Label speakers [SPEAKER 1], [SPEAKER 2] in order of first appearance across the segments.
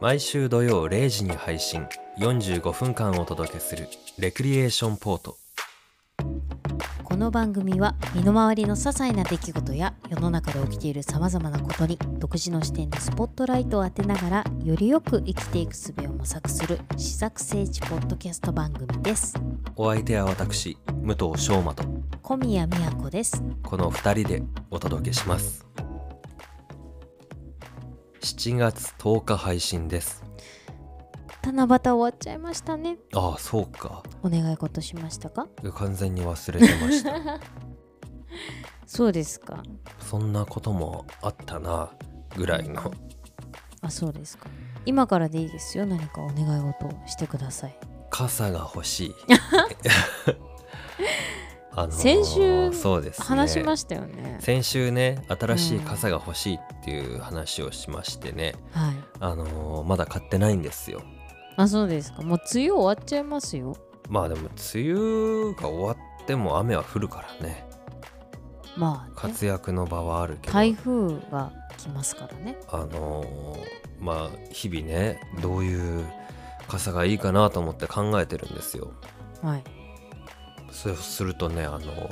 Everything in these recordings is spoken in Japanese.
[SPEAKER 1] 毎週土曜0時に配信45分間お届けする「レクリエーションポート
[SPEAKER 2] この番組は身の回りの些細な出来事や世の中で起きているさまざまなことに独自の視点でスポットライトを当てながらよりよく生きていく術を模索する試作聖地ポッドキャスト番組です」
[SPEAKER 1] お相手は私武藤翔馬と
[SPEAKER 2] 小宮宮子です
[SPEAKER 1] この2人でお届けします7月10日配信です
[SPEAKER 2] 七夕終わっちゃいましたね
[SPEAKER 1] ああそうか
[SPEAKER 2] お願い事しましたか
[SPEAKER 1] 完全に忘れてま した
[SPEAKER 2] そうですか
[SPEAKER 1] そんなこともあったなぐらいの
[SPEAKER 2] あそうですか今からでいいですよ何かお願い事をしてください
[SPEAKER 1] 傘が欲し い あのー
[SPEAKER 2] 先週
[SPEAKER 1] そうですね、
[SPEAKER 2] 話しましたよね
[SPEAKER 1] 先週ね新しい傘が欲しいっていう話をしましてね、
[SPEAKER 2] はい
[SPEAKER 1] あのーまだ買ってないんですよ
[SPEAKER 2] あそうですかもう梅雨終わっちゃいますよ
[SPEAKER 1] まあでも梅雨が終わっても雨は降るからね
[SPEAKER 2] まあ、ね、
[SPEAKER 1] 活躍の場はあるけど、
[SPEAKER 2] 台風が来ますからね
[SPEAKER 1] あのーまあ日々ねどういう傘がいいかなと思って考えてるんですよ
[SPEAKER 2] はい
[SPEAKER 1] そうするとねあのー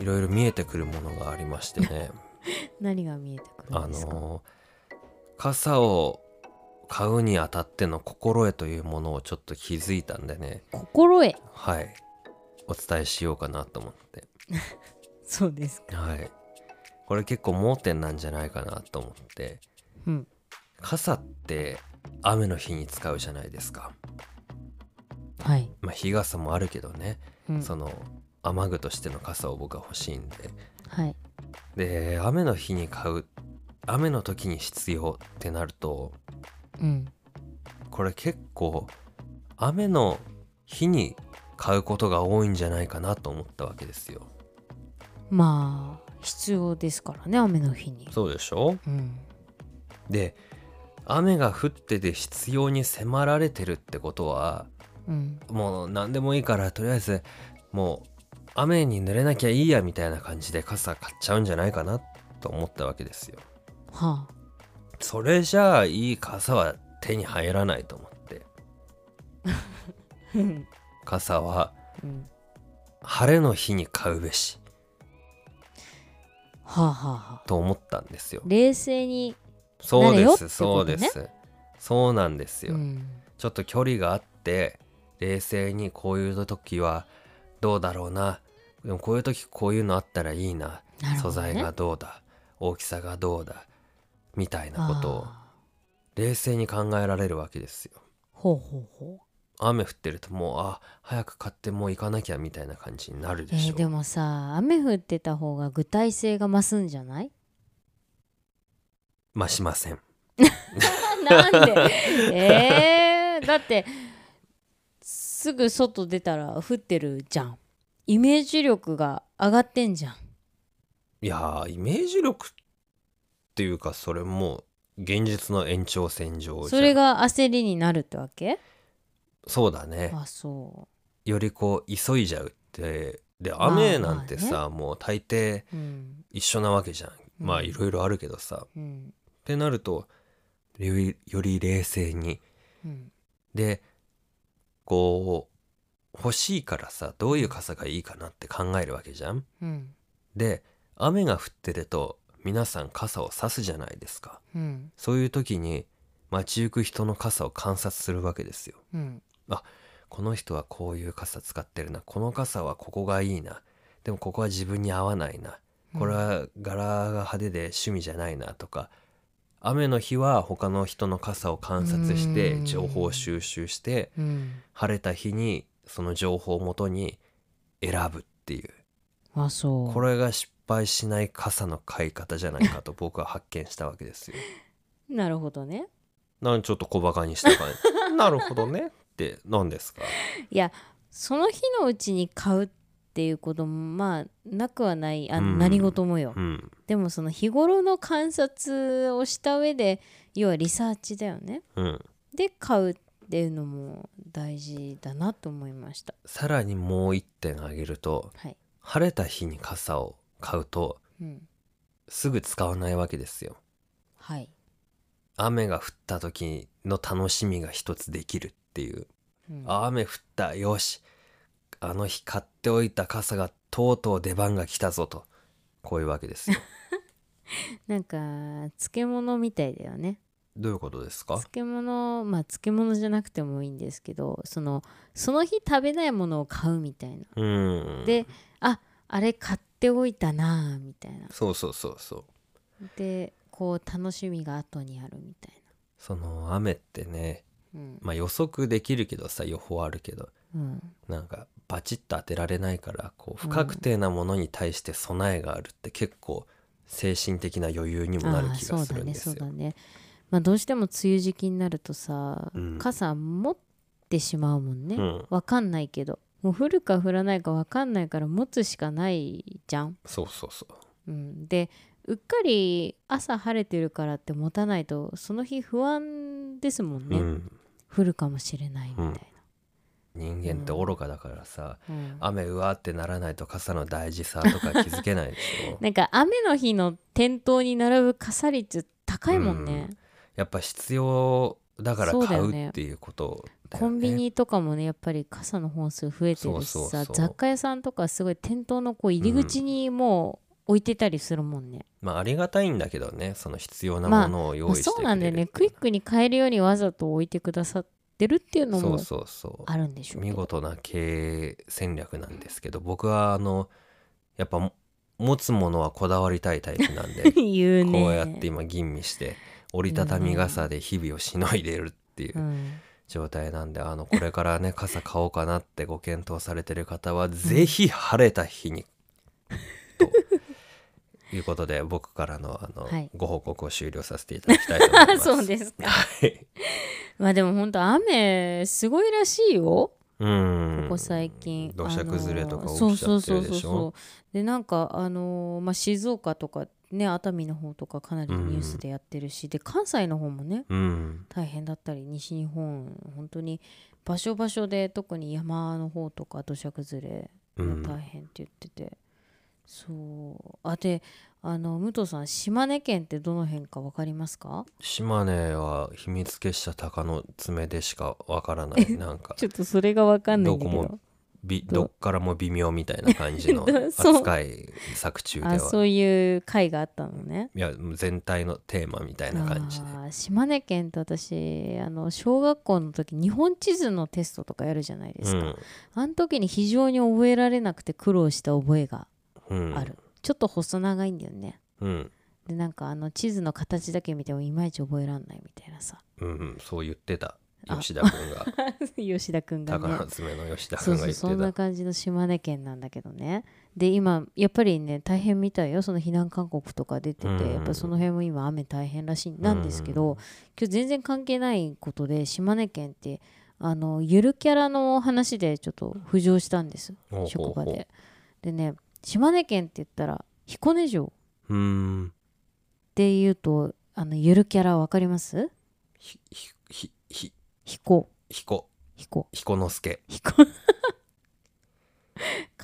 [SPEAKER 1] いろいろ見えてくるものがありましてね
[SPEAKER 2] 何が見えてくる
[SPEAKER 1] あ
[SPEAKER 2] んですか、
[SPEAKER 1] のー傘を買うにあたっての心得というものをちょっと気づいたんでね
[SPEAKER 2] 心得
[SPEAKER 1] はいお伝えしようかなと思って
[SPEAKER 2] そうですか
[SPEAKER 1] はいこれ結構盲点なんじゃないかなと思って
[SPEAKER 2] うん
[SPEAKER 1] 傘って雨の日に使うじゃないですか
[SPEAKER 2] はい、
[SPEAKER 1] まあ日傘もあるけどね、
[SPEAKER 2] うん、
[SPEAKER 1] その雨具としての傘を僕は欲しいんで
[SPEAKER 2] はい
[SPEAKER 1] で雨の日に買う雨の時に必要ってなると
[SPEAKER 2] うん
[SPEAKER 1] これ結構雨の日に買うことが多いんじゃないかなと思ったわけですよ
[SPEAKER 2] まあ必要ですからね雨の日に
[SPEAKER 1] そうでしょ
[SPEAKER 2] うん
[SPEAKER 1] で雨が降ってて必要に迫られてるってことは
[SPEAKER 2] うん
[SPEAKER 1] もう何でもいいからとりあえずもう雨に濡れなきゃいいやみたいな感じで傘買っちゃうんじゃないかなと思ったわけですよ
[SPEAKER 2] は
[SPEAKER 1] それじゃあいい傘は手に入らないと思って
[SPEAKER 2] あうん
[SPEAKER 1] 傘は晴れの日に買うべし
[SPEAKER 2] はあはあはあ
[SPEAKER 1] と思ったんですよ
[SPEAKER 2] 冷静に
[SPEAKER 1] そうで
[SPEAKER 2] なれよって
[SPEAKER 1] すそ
[SPEAKER 2] こ
[SPEAKER 1] う
[SPEAKER 2] と
[SPEAKER 1] で
[SPEAKER 2] ね
[SPEAKER 1] すそうなんですよ、
[SPEAKER 2] うん
[SPEAKER 1] ちょっと距離があって冷静にこういう時はどうだろうなでもこういう時こういうのあったらいいな
[SPEAKER 2] なるほ
[SPEAKER 1] 素
[SPEAKER 2] どね
[SPEAKER 1] 材がどうだ大きさがどうだみたいなことを
[SPEAKER 2] ああ
[SPEAKER 1] 冷静に考えられるわけですよ
[SPEAKER 2] ほうほうほう
[SPEAKER 1] 雨降ってるともうあ早く買ってもう行かなきゃみたいな感じになる
[SPEAKER 2] え
[SPEAKER 1] でし
[SPEAKER 2] ー
[SPEAKER 1] ょ、
[SPEAKER 2] でもさ雨降ってた方が具体性が増すんじゃない
[SPEAKER 1] まあしません
[SPEAKER 2] なんで えー、だってすぐ外出たら降ってるじゃんイメージ力が上がってんじゃん
[SPEAKER 1] いやーイメージ力っていうかそれもう現実の延長線上じゃん
[SPEAKER 2] それが焦りになるってわけ
[SPEAKER 1] そうだね
[SPEAKER 2] あそ
[SPEAKER 1] よりこう急いじゃうってで
[SPEAKER 2] あ
[SPEAKER 1] 雨なんてさ、もう大抵
[SPEAKER 2] ううん
[SPEAKER 1] 一緒なわけじゃん、
[SPEAKER 2] うん
[SPEAKER 1] まあいろいろあるけどさっ
[SPEAKER 2] うん
[SPEAKER 1] てなるとよりより冷静に
[SPEAKER 2] うん
[SPEAKER 1] でこう欲しいからさどういう傘がいいかなって考えるわけじゃん
[SPEAKER 2] うん
[SPEAKER 1] で雨が降ってると皆さん傘を差すじゃないですか
[SPEAKER 2] うん
[SPEAKER 1] そういう時に街行く人の傘を観察するわけですよ
[SPEAKER 2] うん
[SPEAKER 1] この人はこういう傘使ってるなこの傘はここがいいなでもここは自分に合わないなこれは柄が派手で趣味じゃないなとか雨の日は他の人の傘を観察し
[SPEAKER 2] う
[SPEAKER 1] て
[SPEAKER 2] ん
[SPEAKER 1] 情報収集して
[SPEAKER 2] うん
[SPEAKER 1] 晴れた日にその情報をもとに選ぶっていう
[SPEAKER 2] あそう
[SPEAKER 1] これが失敗しない傘の買い方じゃないか と僕は発見したわけですよ。
[SPEAKER 2] なるほどね
[SPEAKER 1] なんちょっと小バカにした 感じなるほどねって何ですか
[SPEAKER 2] いやその日のうちに買うっていうこともまあなくはないあ、
[SPEAKER 1] うん
[SPEAKER 2] 何事もよ、
[SPEAKER 1] うん
[SPEAKER 2] でもその日頃の観察をした上で要はリサーチだよね
[SPEAKER 1] うん
[SPEAKER 2] で買うっていうのも大事だなと思いました
[SPEAKER 1] さらにもう一点挙げると
[SPEAKER 2] はい、
[SPEAKER 1] 晴れた日に傘を買うと
[SPEAKER 2] うん、
[SPEAKER 1] すぐ使わないわけですよ
[SPEAKER 2] はい
[SPEAKER 1] 雨が降った時の楽しみが一つできるっていう
[SPEAKER 2] うん
[SPEAKER 1] あ雨降ったよしあの日買っておいた傘がとうとう出番が来たぞとこういうわけ ですよ
[SPEAKER 2] なんか漬物みたいだよね
[SPEAKER 1] どういうことです か
[SPEAKER 2] 漬物まあ漬物じゃなくてもいいんですけどそのその日食べないものを買うみたいな
[SPEAKER 1] うん
[SPEAKER 2] でああれ買っておいたなあみたいな
[SPEAKER 1] そうそうそうそう
[SPEAKER 2] でこう楽しみが後にあるみたい
[SPEAKER 1] その雨ってね
[SPEAKER 2] なうん、
[SPEAKER 1] まあ予測できるけどさ予報あるけど
[SPEAKER 2] うん、
[SPEAKER 1] なんかバチッと当てられないからこう不確定なものに対して備えがあるって結構精神的な余裕にもなる
[SPEAKER 2] ああ
[SPEAKER 1] 気
[SPEAKER 2] そ
[SPEAKER 1] が
[SPEAKER 2] う
[SPEAKER 1] す
[SPEAKER 2] だ
[SPEAKER 1] るん
[SPEAKER 2] ね
[SPEAKER 1] です
[SPEAKER 2] そう
[SPEAKER 1] よ。
[SPEAKER 2] だねまあどうしても梅雨時期になるとさ、
[SPEAKER 1] うん
[SPEAKER 2] 傘持ってしまうもんね、
[SPEAKER 1] うん
[SPEAKER 2] わかんないけどもう降るか降らないかわかんないから持つしかないじゃん、
[SPEAKER 1] そうそうそう
[SPEAKER 2] うん、でうっかり朝晴れてるからって持たないとその日不安ですもんね、
[SPEAKER 1] うん、
[SPEAKER 2] 降るかもしれないみたい
[SPEAKER 1] 人間って愚かだからさ、
[SPEAKER 2] な、うん
[SPEAKER 1] 雨うわーってならないと傘の大事さとか気づけないでしょ
[SPEAKER 2] なんか雨の日の店頭に並ぶ傘率高いもんね、
[SPEAKER 1] やっぱ必要だから
[SPEAKER 2] そうだ
[SPEAKER 1] 買
[SPEAKER 2] よね
[SPEAKER 1] うっていうことだ
[SPEAKER 2] コ
[SPEAKER 1] よね
[SPEAKER 2] ンビニとかもねやっぱり傘の本数増えてるしさ
[SPEAKER 1] そうそうそう
[SPEAKER 2] 雑貨屋さんとかすごい店頭のこう入り口にもう置いてたりするもんね、
[SPEAKER 1] まあありがたいんだけどねその必要な
[SPEAKER 2] まあ
[SPEAKER 1] ものを用
[SPEAKER 2] まあ
[SPEAKER 1] 意してくれる
[SPEAKER 2] そうなんだよねクイッ
[SPEAKER 1] ク
[SPEAKER 2] クに買えるようにわざと置いてくださってるっていうの
[SPEAKER 1] そう
[SPEAKER 2] も
[SPEAKER 1] そうそう
[SPEAKER 2] あるんでしょうけ
[SPEAKER 1] 見
[SPEAKER 2] ど
[SPEAKER 1] 事な経営戦略なんですけど僕はあのやっぱも持つものはこだわりたいタイプなん で
[SPEAKER 2] 言うね
[SPEAKER 1] こうやって今吟味して折りたたみ傘で日々をしのいでるっていううん状態なんであのこれから ね傘買おうかなってご検討されてる方はぜひ晴れた日にということで僕からのあの、
[SPEAKER 2] はい
[SPEAKER 1] ご報告を終了させていただきたいと思いま
[SPEAKER 2] あ
[SPEAKER 1] す。
[SPEAKER 2] そうですか
[SPEAKER 1] はい
[SPEAKER 2] まあでも本当雨すごいらしいよ
[SPEAKER 1] うん
[SPEAKER 2] ここ最近
[SPEAKER 1] 土砂崩れとか
[SPEAKER 2] あ
[SPEAKER 1] 起
[SPEAKER 2] の
[SPEAKER 1] きちゃってる
[SPEAKER 2] そうそうそう
[SPEAKER 1] で
[SPEAKER 2] そう
[SPEAKER 1] し
[SPEAKER 2] そ
[SPEAKER 1] ょ
[SPEAKER 2] うでなんかあのーまあ、静岡とかね熱海の方とかかなりニュースでやってるし、で関西の方もね
[SPEAKER 1] うん
[SPEAKER 2] 大変だったり西日本本当に場所場所で特に山の方とか土砂崩れ
[SPEAKER 1] う
[SPEAKER 2] が
[SPEAKER 1] ん
[SPEAKER 2] 大変って言ってて、そうあであの武藤さん島根県ってどの辺か分かりますか
[SPEAKER 1] 島根は秘密結社鷹の爪でしかわからないなんか
[SPEAKER 2] ちょっとそれが分かんないんだけ
[SPEAKER 1] ど
[SPEAKER 2] ど
[SPEAKER 1] こもびどっからも微妙みたいな感じの
[SPEAKER 2] そう
[SPEAKER 1] 扱い作中で
[SPEAKER 2] あ
[SPEAKER 1] は
[SPEAKER 2] そういう回があったのね
[SPEAKER 1] いや全体のテーマみたいな感じで
[SPEAKER 2] あー島根県って私あの小学校の時日本地図のテストとかやるじゃないですか、あの時に非常に覚えられなくて苦労した覚えが
[SPEAKER 1] うんうん
[SPEAKER 2] ある、ちょっと細長いんだよね
[SPEAKER 1] うん
[SPEAKER 2] でなんかあの地図の形だけ見てもいまいち覚えらんないみたいなさ
[SPEAKER 1] うんうんそう言ってた
[SPEAKER 2] あ
[SPEAKER 1] 吉田君 が
[SPEAKER 2] 吉田くんが
[SPEAKER 1] 鷹
[SPEAKER 2] ね
[SPEAKER 1] の爪の吉田
[SPEAKER 2] そ
[SPEAKER 1] 君が
[SPEAKER 2] うそ
[SPEAKER 1] 言
[SPEAKER 2] う
[SPEAKER 1] ってた
[SPEAKER 2] そんな感じの島根県なんだけどねで今やっぱりね大変みたいよその避難勧告とか出てて、
[SPEAKER 1] うん
[SPEAKER 2] やっぱその辺も今雨大変らしいなんですけ
[SPEAKER 1] うん
[SPEAKER 2] ど、今日全然関係ないことで島根県ってあのゆるキャラの話でちょっと浮上したんです
[SPEAKER 1] ほうほうほ
[SPEAKER 2] 職
[SPEAKER 1] う
[SPEAKER 2] 場ででね島根県って言ったら彦根城っ
[SPEAKER 1] うーん
[SPEAKER 2] ていうとあのゆるキャラわかります
[SPEAKER 1] ひひひひ
[SPEAKER 2] 彦
[SPEAKER 1] 彦
[SPEAKER 2] 彦
[SPEAKER 1] 彦之助
[SPEAKER 2] 彦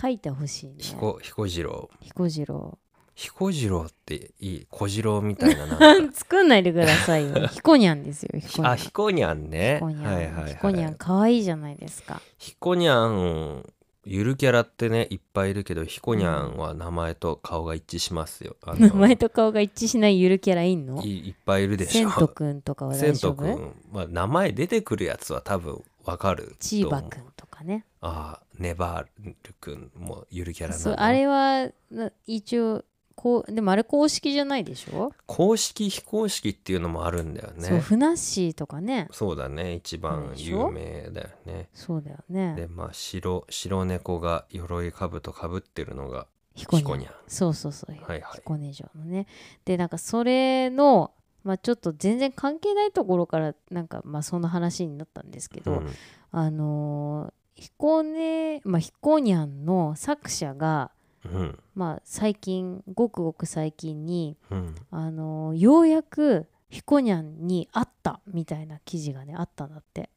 [SPEAKER 2] 書いてほしいね
[SPEAKER 1] 彦彦次郎
[SPEAKER 2] 彦次郎
[SPEAKER 1] 彦次郎っていい小次郎みたいな なんか
[SPEAKER 2] 作んないでください よ。ひこにゃんですよ。ひこにゃ
[SPEAKER 1] あひ
[SPEAKER 2] ん。ひ
[SPEAKER 1] こにゃんね
[SPEAKER 2] こにゃん。
[SPEAKER 1] はいはいはい
[SPEAKER 2] ひこにゃん可愛いじゃないですか。
[SPEAKER 1] ひこにゃんゆるキャラってねいっぱいいるけどひこにゃんは名前と顔が一致しますよ。あの
[SPEAKER 2] 名前と顔が一致しないゆるキャラいんの？
[SPEAKER 1] いいっぱいいるで
[SPEAKER 2] せ
[SPEAKER 1] し
[SPEAKER 2] んと
[SPEAKER 1] ょ。
[SPEAKER 2] くんとかは
[SPEAKER 1] せ
[SPEAKER 2] 大
[SPEAKER 1] ん
[SPEAKER 2] 丈
[SPEAKER 1] とく
[SPEAKER 2] 夫？
[SPEAKER 1] ん、まあ、名前出てくるやつは多分わかる
[SPEAKER 2] チーバ
[SPEAKER 1] と
[SPEAKER 2] く
[SPEAKER 1] 思うん
[SPEAKER 2] とかね。
[SPEAKER 1] ああネバールくんもゆるキャラな
[SPEAKER 2] そう
[SPEAKER 1] の
[SPEAKER 2] あれはな一応こうでもあれ公式じゃないでしょ？
[SPEAKER 1] 公式非公式っていうのもあるんだよね
[SPEAKER 2] そうふなっしーとかね。
[SPEAKER 1] そうだね一番
[SPEAKER 2] でしょ
[SPEAKER 1] 有名だよね
[SPEAKER 2] そうだよね
[SPEAKER 1] で。まあ白白猫が鎧兜かぶってるのが
[SPEAKER 2] ひこ
[SPEAKER 1] ひ
[SPEAKER 2] にゃ
[SPEAKER 1] こ
[SPEAKER 2] ん
[SPEAKER 1] に。ゃん
[SPEAKER 2] そうそうそう。
[SPEAKER 1] はいはい
[SPEAKER 2] 彦根城のねでなんかそれのまあちょっと全然関係ないところからなんかまあその話になったんですけど、
[SPEAKER 1] うん
[SPEAKER 2] あのー彦根、まあ、彦にゃんの作者が、
[SPEAKER 1] うん
[SPEAKER 2] まあ、最近ごくごく最近に、
[SPEAKER 1] うん
[SPEAKER 2] あのーようやく彦にゃんに会ったみたいな記事がねあったんだって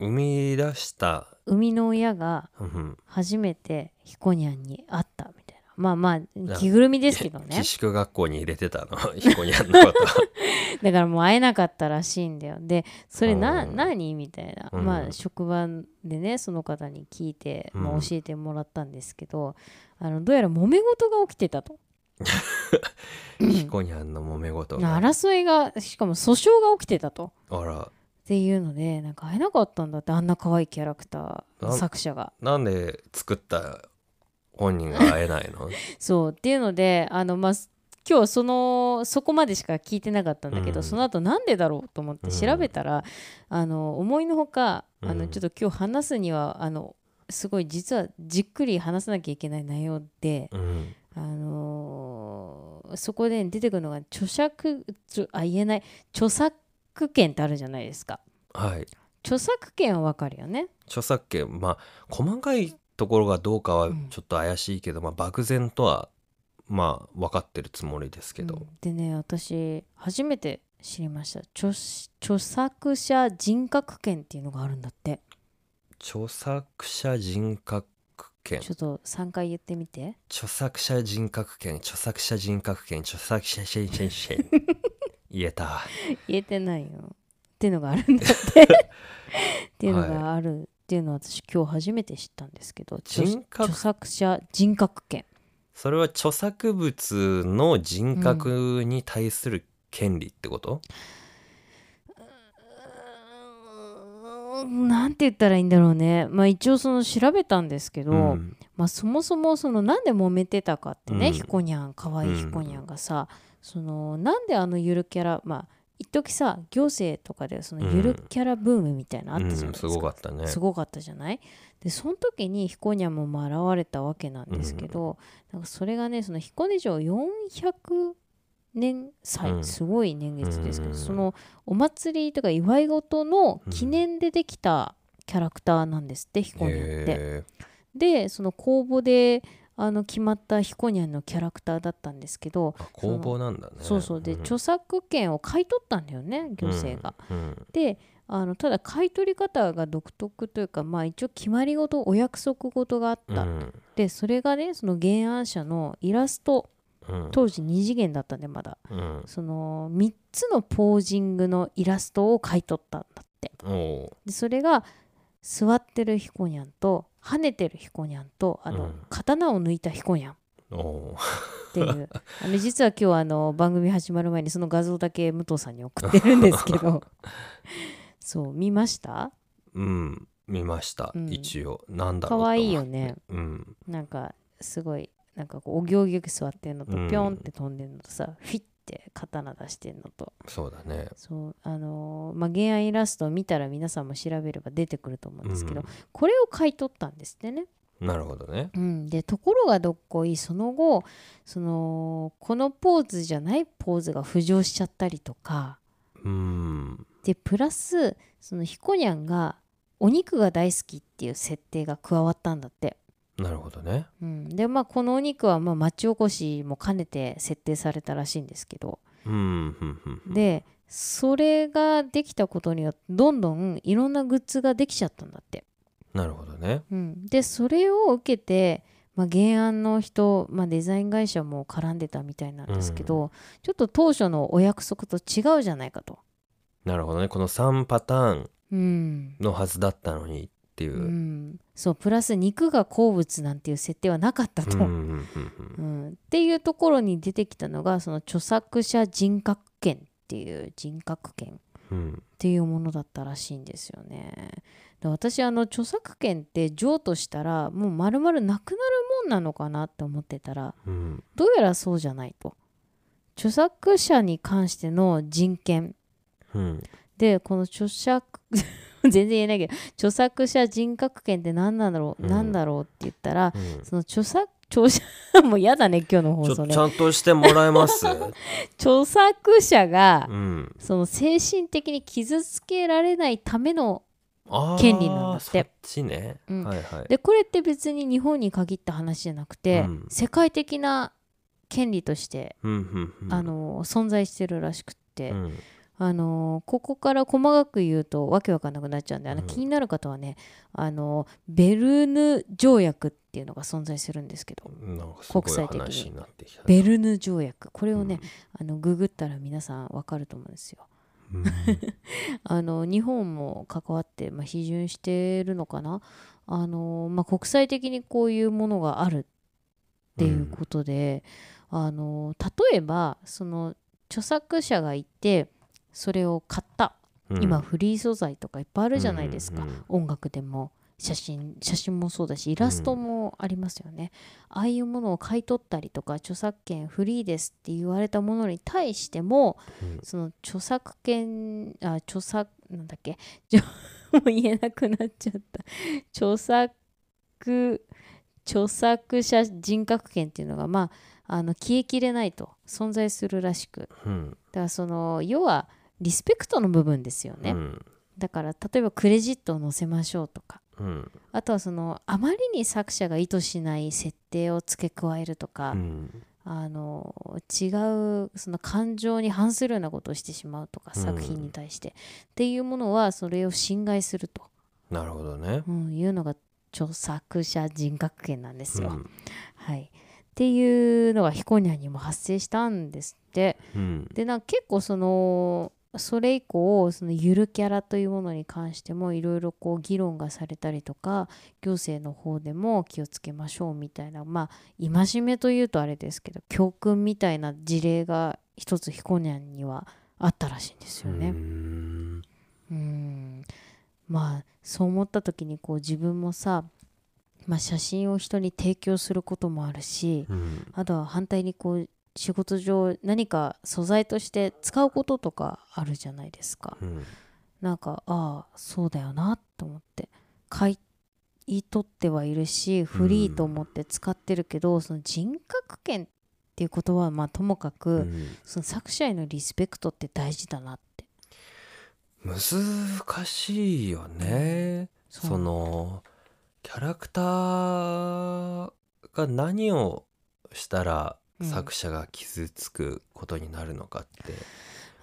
[SPEAKER 1] 生み出した
[SPEAKER 2] 生みの親が
[SPEAKER 1] うん
[SPEAKER 2] 初めて彦にゃんに会ったみたいなまあまあ着ぐるみですけどね
[SPEAKER 1] 寄宿学校に入れてたの 彦にゃんの こと
[SPEAKER 2] だからもう会えなかったらしいんだよでそれな、
[SPEAKER 1] うん
[SPEAKER 2] 何みたいな、
[SPEAKER 1] うん
[SPEAKER 2] まあ職場でねその方に聞いて、ま
[SPEAKER 1] う
[SPEAKER 2] あ、
[SPEAKER 1] ん
[SPEAKER 2] 教えてもらったんですけど、あのどうやら揉め事が起きてたと
[SPEAKER 1] 彦にゃんの揉め事が
[SPEAKER 2] 争いがしかも訴訟が起きてたと
[SPEAKER 1] あら
[SPEAKER 2] っていうのでなんか会えなかったんだってあんな可愛いキャラクター
[SPEAKER 1] なん
[SPEAKER 2] 作者が
[SPEAKER 1] なんで作った本人が会えない の
[SPEAKER 2] そうっていうのであのまあす今日そのそこまでしか聞いてなかったんだけ
[SPEAKER 1] う
[SPEAKER 2] ど、
[SPEAKER 1] ん
[SPEAKER 2] その後なんでだろうと思って調べたら、あの思いのほかあ
[SPEAKER 1] う
[SPEAKER 2] の
[SPEAKER 1] ん
[SPEAKER 2] ちょっと今日話すにはあのすごい実はじっくり話さなきゃいけない内容で、
[SPEAKER 1] うん
[SPEAKER 2] あのーそこで出てくるのが著作ちょあ言えない著作権ってあるじゃないですか
[SPEAKER 1] はい
[SPEAKER 2] 著作権はわかるよね
[SPEAKER 1] 著作権まあ細かいところがどうかは
[SPEAKER 2] うん
[SPEAKER 1] ちょっと怪しいけど、まあ漠然とはまあ分かってるつもりですけど、
[SPEAKER 2] うんでね私初めて知りました著著作者人格権っていうのがあるんだって
[SPEAKER 1] 著作者人格権
[SPEAKER 2] ちょっと3回言ってみて
[SPEAKER 1] 著作者人格権著作者人格権著作者シェイシェイシ ェイ言えた
[SPEAKER 2] 言えてないよっていうのがあるんだっ てっていうのがある、っていうのは私今日初めて知ったんですけど著
[SPEAKER 1] 人格
[SPEAKER 2] 著作者人格権
[SPEAKER 1] それは著作物の人格に対する権利ってこと、
[SPEAKER 2] なんて言ったらいいんだろうねまあ一応その調べたんですけど、
[SPEAKER 1] うん
[SPEAKER 2] まあ、そもそもそのなんで揉めてたかってね、
[SPEAKER 1] うん
[SPEAKER 2] ひこにゃんかわいいひこにゃんがさ、そのなんであのゆるキャラまあ一時さ行政とかでそのゆるキャラブームみたいなのあったじゃないです
[SPEAKER 1] す
[SPEAKER 2] か、
[SPEAKER 1] ごかったね
[SPEAKER 2] すごかったじゃないでその時にひこにゃんもまあ現れたわけなんですけど、なんかそれがねその彦根城400年祭、
[SPEAKER 1] うん
[SPEAKER 2] すごい年月ですけど、
[SPEAKER 1] うん
[SPEAKER 2] そのお祭りとか祝い事の記念でできたキャラクターなんですって、ひこにゃんって。
[SPEAKER 1] へ
[SPEAKER 2] でその公募であの決まったひこにゃんのキャラクターだったんですけど、
[SPEAKER 1] ーあ工房なんだね
[SPEAKER 2] そうそうで著作権を買い取ったんだよね行政が。、
[SPEAKER 1] うんうん
[SPEAKER 2] であのただ買い取り方が独特というかまあ一応決まり事お約束事があった、
[SPEAKER 1] うん
[SPEAKER 2] でそれがねその原案者のイラスト
[SPEAKER 1] うん
[SPEAKER 2] 当時2次元だったんでまだ
[SPEAKER 1] うん
[SPEAKER 2] その3つのポージングのイラストを買い取ったんだって。
[SPEAKER 1] おう
[SPEAKER 2] でそれが座ってるひこにゃんと跳ねてるひこにゃんとあの、
[SPEAKER 1] うん
[SPEAKER 2] 刀を抜いたひこにゃんっ
[SPEAKER 1] おう
[SPEAKER 2] ていうあの実は今日あの番組始まる前にその画像だけ武藤さんに送ってるんです けどそう見ました
[SPEAKER 1] うん見ました、
[SPEAKER 2] うん
[SPEAKER 1] 一応なんだろうと思
[SPEAKER 2] 可
[SPEAKER 1] って
[SPEAKER 2] 愛いよね
[SPEAKER 1] うん
[SPEAKER 2] なんかすごいなんかこうお行儀よく座ってんのと
[SPEAKER 1] うん
[SPEAKER 2] ぴょんって飛んでんのとさ、フィッて刀出してんのと
[SPEAKER 1] そうだね
[SPEAKER 2] そうあのーまあ原案イラストを見たら皆さんも調べれば出てくると思うんですけど、
[SPEAKER 1] うん
[SPEAKER 2] これを買い取ったんですってね
[SPEAKER 1] なるほどね
[SPEAKER 2] うん、でところがどっこいその後そのこのポーズじゃないポーズが浮上しちゃったりとか
[SPEAKER 1] うん
[SPEAKER 2] でプラスそのひこにゃんがお肉が大好きっていう設定が加わったんだって、
[SPEAKER 1] なるほどね
[SPEAKER 2] うん、でまあこのお肉はまあ町おこしも兼ねて設定されたらしいんですけど
[SPEAKER 1] うんうんうんうん
[SPEAKER 2] でそれができたことによってどんどんいろんなグッズができちゃったんだって。
[SPEAKER 1] なるほどね
[SPEAKER 2] うん、でそれを受けて、まあ、原案の人、まあ、デザイン会社も絡んでたみたいなんですけど、ちょっと当初のお約束と違うじゃないかと。
[SPEAKER 1] なるほどねこの3パターン
[SPEAKER 2] うん
[SPEAKER 1] のはずだったのにっていうう、
[SPEAKER 2] ん、そうプラス肉が好物なんていう設定はなかったと、
[SPEAKER 1] う
[SPEAKER 2] う
[SPEAKER 1] う
[SPEAKER 2] ん
[SPEAKER 1] ん
[SPEAKER 2] ん
[SPEAKER 1] うんうん
[SPEAKER 2] っていうところに出てきたのがその著作者人格権っていう人格権
[SPEAKER 1] うん
[SPEAKER 2] っていうものだったらしいんですよね。で私あの著作権って譲渡したらもう丸々なくなるもんなのかなって思ってたら
[SPEAKER 1] うん
[SPEAKER 2] どうやらそうじゃないと著作者に関しての人権
[SPEAKER 1] うん
[SPEAKER 2] でこの著作 全然言えないけど著作者人格権って何なんだろう、
[SPEAKER 1] うん
[SPEAKER 2] 何だろうって言ったら
[SPEAKER 1] うん
[SPEAKER 2] その著作著者 もうやだね今日の
[SPEAKER 1] ち
[SPEAKER 2] 放
[SPEAKER 1] ょ
[SPEAKER 2] 送
[SPEAKER 1] ち
[SPEAKER 2] ね
[SPEAKER 1] ゃんとしてもらえます
[SPEAKER 2] 著作者が
[SPEAKER 1] うん
[SPEAKER 2] その精神的に傷つけられないための
[SPEAKER 1] あー
[SPEAKER 2] 権利なんだって
[SPEAKER 1] そっちね、
[SPEAKER 2] うん
[SPEAKER 1] はいはい
[SPEAKER 2] でこれって別に日本に限った話じゃなくて、
[SPEAKER 1] うん
[SPEAKER 2] 世界的な権利として、
[SPEAKER 1] うんうんうん
[SPEAKER 2] あの存在してるらしくって、
[SPEAKER 1] うん
[SPEAKER 2] あのーここから細かく言うとわけわかんなくなっちゃうんであの、
[SPEAKER 1] うん
[SPEAKER 2] 気になる方はねあのーベルヌ条約っっていうのが存在するんですけど
[SPEAKER 1] なんかすごい
[SPEAKER 2] 国際的に
[SPEAKER 1] 話になってきたね
[SPEAKER 2] ベルヌ条約これをね、あのググったら皆さんわかると思うんですよ。
[SPEAKER 1] うん
[SPEAKER 2] あの日本も関わって、まあ、批准してるのかなあの、まあ、国際的にこういうものがあるっていうことで、あの例えばその著作者がいてそれを買った、
[SPEAKER 1] うん
[SPEAKER 2] 今フリー素材とかいっぱいあるじゃないですか、
[SPEAKER 1] うんうんうん
[SPEAKER 2] 音楽でも写真写真もそうだしイラストもありますよね、ああいうものを買い取ったりとか著作権フリーですって言われたものに対しても、
[SPEAKER 1] うん
[SPEAKER 2] その著作権あ著作なんだっけ ちょもう言えなくなっちゃった著作著作者人格権っていうのがまああの消えきれないと存在するらしく
[SPEAKER 1] うん
[SPEAKER 2] だからその要はリスペクトの部分ですよね、
[SPEAKER 1] うん
[SPEAKER 2] だから例えばクレジットを載せましょうとか
[SPEAKER 1] うん
[SPEAKER 2] あとはそのあまりに作者が意図しない設定を付け加えるとか、
[SPEAKER 1] うん
[SPEAKER 2] あの違うその感情に反するようなことをしてしまうとか
[SPEAKER 1] うん
[SPEAKER 2] 作品に対して、っていうものはそれを侵害すると、
[SPEAKER 1] なるほどね
[SPEAKER 2] うん、いうのが著作者人格権なんです
[SPEAKER 1] う
[SPEAKER 2] よ。
[SPEAKER 1] ん
[SPEAKER 2] はい、っていうのがヒコニャンにも発生したんですって。
[SPEAKER 1] うん
[SPEAKER 2] でなんか結構そのそれ以降そのゆるキャラというものに関してもいろいろこう議論がされたりとか行政の方でも気をつけましょうみたいなまあ戒めというとあれですけど教訓みたいな事例が一つひこにゃんにはあったらしいんですよ
[SPEAKER 1] う
[SPEAKER 2] ね。
[SPEAKER 1] ん
[SPEAKER 2] うんまあそう思った時にこう自分もさ、まあ、写真を人に提供することもあるし、
[SPEAKER 1] うん
[SPEAKER 2] あとは反対にこう仕事上何か素材として使うこととかあるじゃないですか
[SPEAKER 1] うん
[SPEAKER 2] なんかああそうだよなと思って買い取ってはいるしフリーと思って使ってるけど、その人格権っていう言葉はまあともかく、
[SPEAKER 1] うん
[SPEAKER 2] その作者へのリスペクトって大事だなって
[SPEAKER 1] 難しいよね
[SPEAKER 2] そう
[SPEAKER 1] そのキャラクターが何をしたら
[SPEAKER 2] うん
[SPEAKER 1] 作者が傷つくことになるのかって、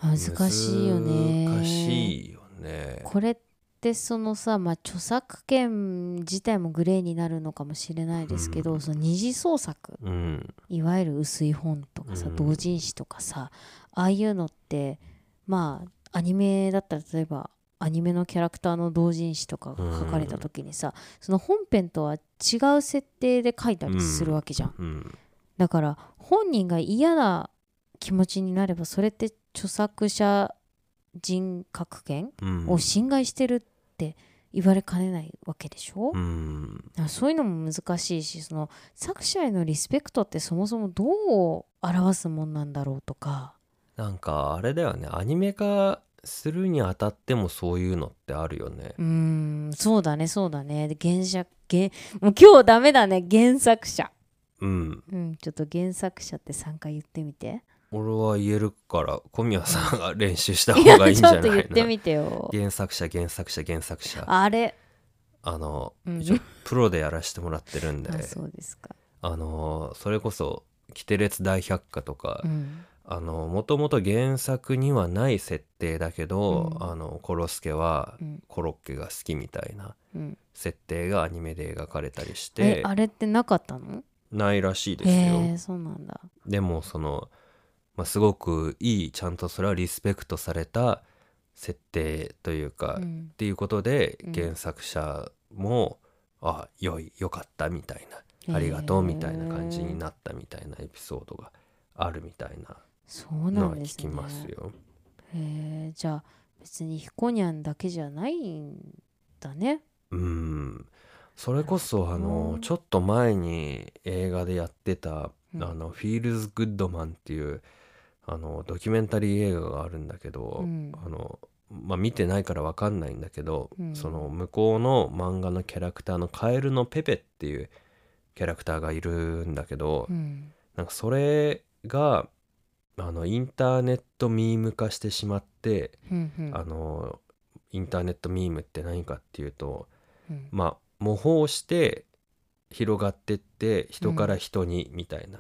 [SPEAKER 2] 難しいよね
[SPEAKER 1] 難しいよね
[SPEAKER 2] これってそのさ、まあ、著作権自体もグレーになるのかもしれないですけど、
[SPEAKER 1] うん
[SPEAKER 2] その二次創作
[SPEAKER 1] うん
[SPEAKER 2] いわゆる薄い本とかさ
[SPEAKER 1] うん
[SPEAKER 2] 同人誌とかさ、ああいうのってまあアニメだったら例えばアニメのキャラクターの同人誌とかが書かれた時にさ、その本編とは違う設定で書いたりするわけじゃん、
[SPEAKER 1] うん
[SPEAKER 2] だから本人が嫌な気持ちになればそれって著作者人格権
[SPEAKER 1] うん
[SPEAKER 2] を侵害してるって言われかねないわけでしょ、
[SPEAKER 1] うん
[SPEAKER 2] だからそういうのも難しいしその作者へのリスペクトってそもそもどう表すもんなんだろうとか
[SPEAKER 1] なんかあれだよねアニメ化するにあたってもそういうのってあるよね
[SPEAKER 2] うーんそうだねそうだねで原作原もう今日ダメだね原作者
[SPEAKER 1] うん
[SPEAKER 2] うんちょっと原作者って3回言ってみて
[SPEAKER 1] 俺は言えるから小宮さんが練習した方がいいんじゃない
[SPEAKER 2] や ちょっと言って
[SPEAKER 1] の
[SPEAKER 2] みてよ
[SPEAKER 1] 原作者原作者原作者
[SPEAKER 2] あれ、
[SPEAKER 1] あの、
[SPEAKER 2] うん
[SPEAKER 1] 一応プロでやらせてもらってるんで
[SPEAKER 2] あそうですか、
[SPEAKER 1] あのそれこそ「キテレツ大百科」とか、
[SPEAKER 2] うん、
[SPEAKER 1] あのもともと原作にはない設定だけど、
[SPEAKER 2] うん
[SPEAKER 1] あのコロスケは
[SPEAKER 2] うん
[SPEAKER 1] コロッケが好きみたいな
[SPEAKER 2] うん
[SPEAKER 1] 設定がアニメで描かれたりし
[SPEAKER 2] え
[SPEAKER 1] て
[SPEAKER 2] あれってなかったの
[SPEAKER 1] ないらしいです
[SPEAKER 2] へ
[SPEAKER 1] よ
[SPEAKER 2] え。そうなんだ
[SPEAKER 1] でもその、まあ、すごくいいちゃんとそれはリスペクトされた設定というか、
[SPEAKER 2] う
[SPEAKER 1] っ
[SPEAKER 2] ん
[SPEAKER 1] ていうことで
[SPEAKER 2] うん
[SPEAKER 1] 原作者も、あ良い良かったみたいなありがとうみたいな感じになったみたいなエピソードがあるみたいな
[SPEAKER 2] そうな
[SPEAKER 1] のは
[SPEAKER 2] んで
[SPEAKER 1] 聞
[SPEAKER 2] す
[SPEAKER 1] き
[SPEAKER 2] ね
[SPEAKER 1] ますよ。
[SPEAKER 2] へえじゃあ別にひこにゃんだけじゃないんだね。
[SPEAKER 1] うんそれこそあ
[SPEAKER 2] う
[SPEAKER 1] の
[SPEAKER 2] ん
[SPEAKER 1] ちょっと前に映画でやってた「
[SPEAKER 2] うん
[SPEAKER 1] あのフィールズ・グッドマン」っていうあのドキュメンタリー映画があるんだけど、
[SPEAKER 2] うん
[SPEAKER 1] あのまあ、見てないから分かんないんだけど、
[SPEAKER 2] うん
[SPEAKER 1] その向こうの漫画のキャラクターのカエルのペペっていうキャラクターがいるんだけど、
[SPEAKER 2] うん、
[SPEAKER 1] なんかそれがあのインターネットミーム化してしまって、
[SPEAKER 2] うんうん
[SPEAKER 1] あのインターネットミームって何かっていうと、
[SPEAKER 2] うん
[SPEAKER 1] まあ模倣して広がってって人から人にみたいな、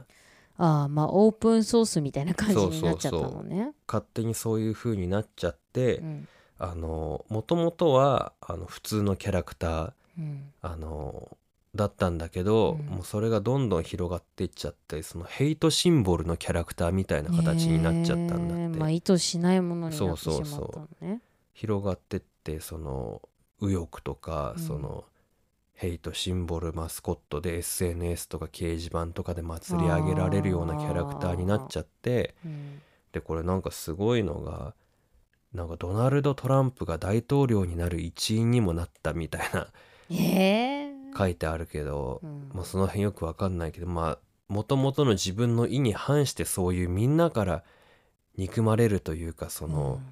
[SPEAKER 2] ああまあオープンソースみたいな感じになっちゃった
[SPEAKER 1] そうそ
[SPEAKER 2] のね。
[SPEAKER 1] 勝手にそういう風になっちゃって、
[SPEAKER 2] うん
[SPEAKER 1] あのもともとはあの普通のキャラクター
[SPEAKER 2] うん
[SPEAKER 1] あのだったんだけど、
[SPEAKER 2] うん
[SPEAKER 1] もうそれがどんどん広がっていっちゃってそのヘイトシンボルのキャラクターみたいな形になっちゃったんだって、
[SPEAKER 2] ねえまあ意図しないものになってし
[SPEAKER 1] そう
[SPEAKER 2] ま
[SPEAKER 1] そう
[SPEAKER 2] った
[SPEAKER 1] そう
[SPEAKER 2] のね
[SPEAKER 1] 広がってってその右翼とか、
[SPEAKER 2] うん
[SPEAKER 1] そのヘイトシンボルマスコットで SNS とか掲示板とかで祭り上げられるようなキャラクターになっちゃって
[SPEAKER 2] うん
[SPEAKER 1] でこれなんかすごいのがなんかドナルド・トランプが大統領になる一員にもなったみたいな
[SPEAKER 2] ええ
[SPEAKER 1] 書いてあるけど、
[SPEAKER 2] うん
[SPEAKER 1] まあ、その辺よくわかんないけどまあもともとの自分の意に反してそういうみんなから憎まれるというかその、
[SPEAKER 2] うん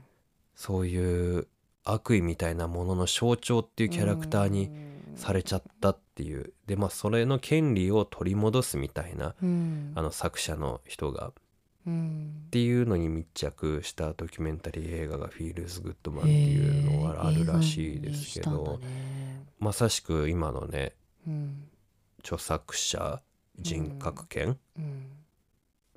[SPEAKER 1] そういう悪意みたいなものの象徴っていうキャラクターにされちゃったっていうでまあそれの権利を取り戻すみたいな
[SPEAKER 2] うん
[SPEAKER 1] あの作者の人がっ
[SPEAKER 2] うん
[SPEAKER 1] ていうのに密着したドキュメンタリー映画が「フィールズ・グッドマン」っていうのがあるらしいですけど、
[SPEAKER 2] ええ映画にしたんだね
[SPEAKER 1] まさしく今のね
[SPEAKER 2] うん
[SPEAKER 1] 著作者人格権
[SPEAKER 2] うん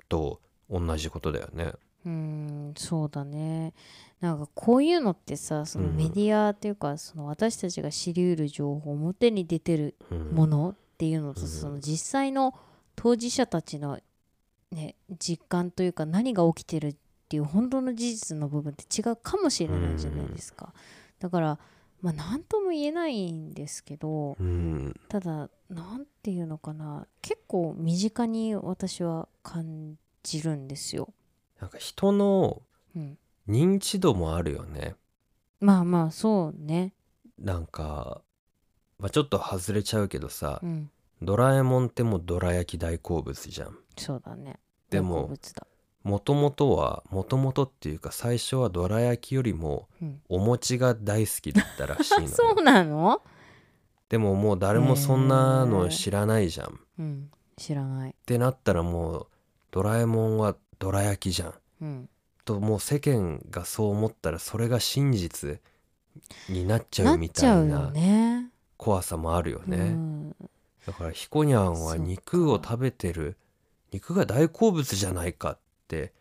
[SPEAKER 1] と同じことだよね。
[SPEAKER 2] うんそうだねなんかこういうのってさその
[SPEAKER 1] うん
[SPEAKER 2] メディアっていうか、その私たちが知りうる情報表に出てる
[SPEAKER 1] うん
[SPEAKER 2] ものっていうのと、
[SPEAKER 1] うん
[SPEAKER 2] その実際の当事者たちの、ね、実感というか何が起きてるっていう本当の事実の部分って違うかもしれないじゃないですか。だからまあ何とも言えないんですけど
[SPEAKER 1] うん
[SPEAKER 2] ただ何て言うのかな結構身近に私は感じるんですよ。
[SPEAKER 1] なんか人の
[SPEAKER 2] うん、
[SPEAKER 1] 認知度もあるよね。
[SPEAKER 2] まあまあそうね。
[SPEAKER 1] なんか、まあ、ちょっと外れちゃうけどさ、
[SPEAKER 2] うん、
[SPEAKER 1] ドラえもんってもうどら焼き大好物じゃん。
[SPEAKER 2] そうだね。
[SPEAKER 1] で
[SPEAKER 2] 大好
[SPEAKER 1] も
[SPEAKER 2] 物だ
[SPEAKER 1] もともとはもともとっていうか最初はどら焼きよりも
[SPEAKER 2] うん、
[SPEAKER 1] お餅が大好きだったら しいのよ
[SPEAKER 2] そうなの、
[SPEAKER 1] でももう誰もそんなの知らないじゃん。っ
[SPEAKER 2] うん、知らない。
[SPEAKER 1] てなったらもうドラえもんはどら焼きじゃん。
[SPEAKER 2] うん
[SPEAKER 1] ともう世間がそう思ったらそれが真実になっちゃ
[SPEAKER 2] な
[SPEAKER 1] う
[SPEAKER 2] っ
[SPEAKER 1] み
[SPEAKER 2] ちゃ
[SPEAKER 1] たいう
[SPEAKER 2] よ
[SPEAKER 1] な
[SPEAKER 2] ね。
[SPEAKER 1] 怖さもあるよね。
[SPEAKER 2] うん、
[SPEAKER 1] だからひこにゃん
[SPEAKER 2] そっ
[SPEAKER 1] は
[SPEAKER 2] か
[SPEAKER 1] 肉を食べてる肉が大好物じゃないかって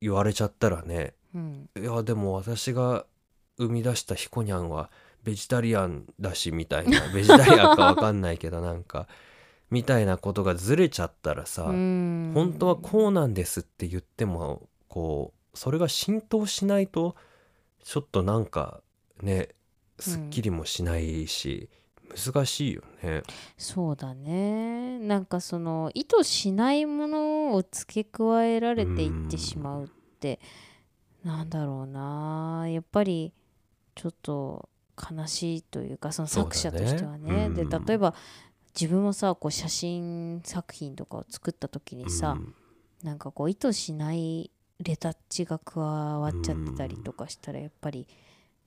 [SPEAKER 1] 言われちゃったらね
[SPEAKER 2] うん、
[SPEAKER 1] いやでも私が生み出したひこにゃんはベジタリアンだしみたい なベジタリアンかわかんないけどなんかみたいなことがずれちゃったらさ、
[SPEAKER 2] うん
[SPEAKER 1] 本当はこうなんですって言ってもこうそれが浸透しないとちょっとなんかねすっきりもしないし、難しいよね。
[SPEAKER 2] そうだねなんかその意図しないものを付け加えられていってしまうってなんだろうなやっぱりちょっと悲しいというかその
[SPEAKER 1] そうだ
[SPEAKER 2] 作
[SPEAKER 1] ね
[SPEAKER 2] 者としてはね
[SPEAKER 1] うん
[SPEAKER 2] で例えば自分もさこう写真作品とかを作った時にさ、
[SPEAKER 1] うん
[SPEAKER 2] なんかこう意図しないレタッチが加わっちゃってたりとかしたらやっぱり、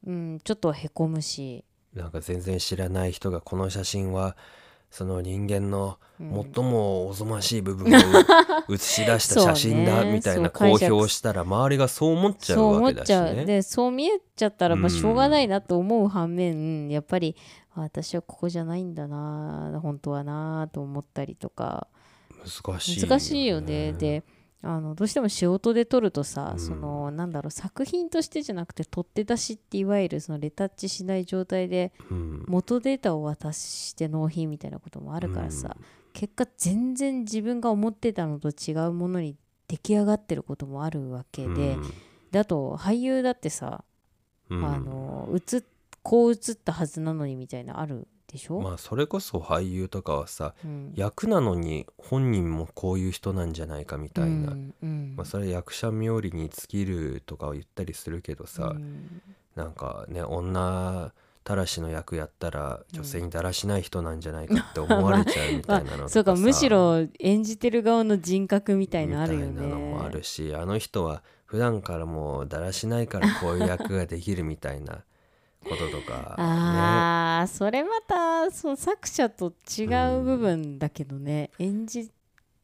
[SPEAKER 2] うん、ちょっとへこむし、
[SPEAKER 1] なんか全然知らない人がこの写真はその人間の
[SPEAKER 2] うん
[SPEAKER 1] 最もおぞましい部分を 写し出した写真だ
[SPEAKER 2] そうね
[SPEAKER 1] みたいな
[SPEAKER 2] そう解
[SPEAKER 1] 公
[SPEAKER 2] 釈
[SPEAKER 1] 表したら周りがそう思っちゃう
[SPEAKER 2] そう思
[SPEAKER 1] わ
[SPEAKER 2] っ
[SPEAKER 1] けだ
[SPEAKER 2] ち
[SPEAKER 1] し
[SPEAKER 2] ゃう、
[SPEAKER 1] ね。
[SPEAKER 2] でそう見えちゃったらま
[SPEAKER 1] う
[SPEAKER 2] あ
[SPEAKER 1] ん
[SPEAKER 2] しょうがないなと思う反面、やっぱりあ私はここじゃないんだな本当はなと思ったりとか
[SPEAKER 1] 難しいよね。
[SPEAKER 2] 難しいよねであのどうしても仕事で撮るとさ、
[SPEAKER 1] うん
[SPEAKER 2] そのなんだろう作品としてじゃなくて取って出しっていわゆるそのレタッチしない状態で
[SPEAKER 1] うん、
[SPEAKER 2] 元データを渡して納品みたいなこともあるからさ、結果全然自分が思ってたのと違うものに出来上がってることもあるわけ
[SPEAKER 1] うん、
[SPEAKER 2] で、であと俳優だってさ、
[SPEAKER 1] うん
[SPEAKER 2] あの映っこう映ったはずなのにみたいなあるでしょ、
[SPEAKER 1] まあそれこそ俳優とかはさ
[SPEAKER 2] うん、
[SPEAKER 1] 役なのに本人もこういう人なんじゃないかみたいな、
[SPEAKER 2] うんうん
[SPEAKER 1] まあ、それは役者冥利に尽きるとかを言ったりするけどさ、
[SPEAKER 2] うん
[SPEAKER 1] なんかね女たらしの役やったら女性にだらしない人なんじゃないかって思われちゃうみたいなのとかさ、
[SPEAKER 2] そうかむしろ演じてる側の人格みたいなあるよね
[SPEAKER 1] みたいなのもあるしあの人は普段からもうだらしないからこういう役ができるみたいなこととか、
[SPEAKER 2] あーそれまたその作者と違う部分だけどね、演じ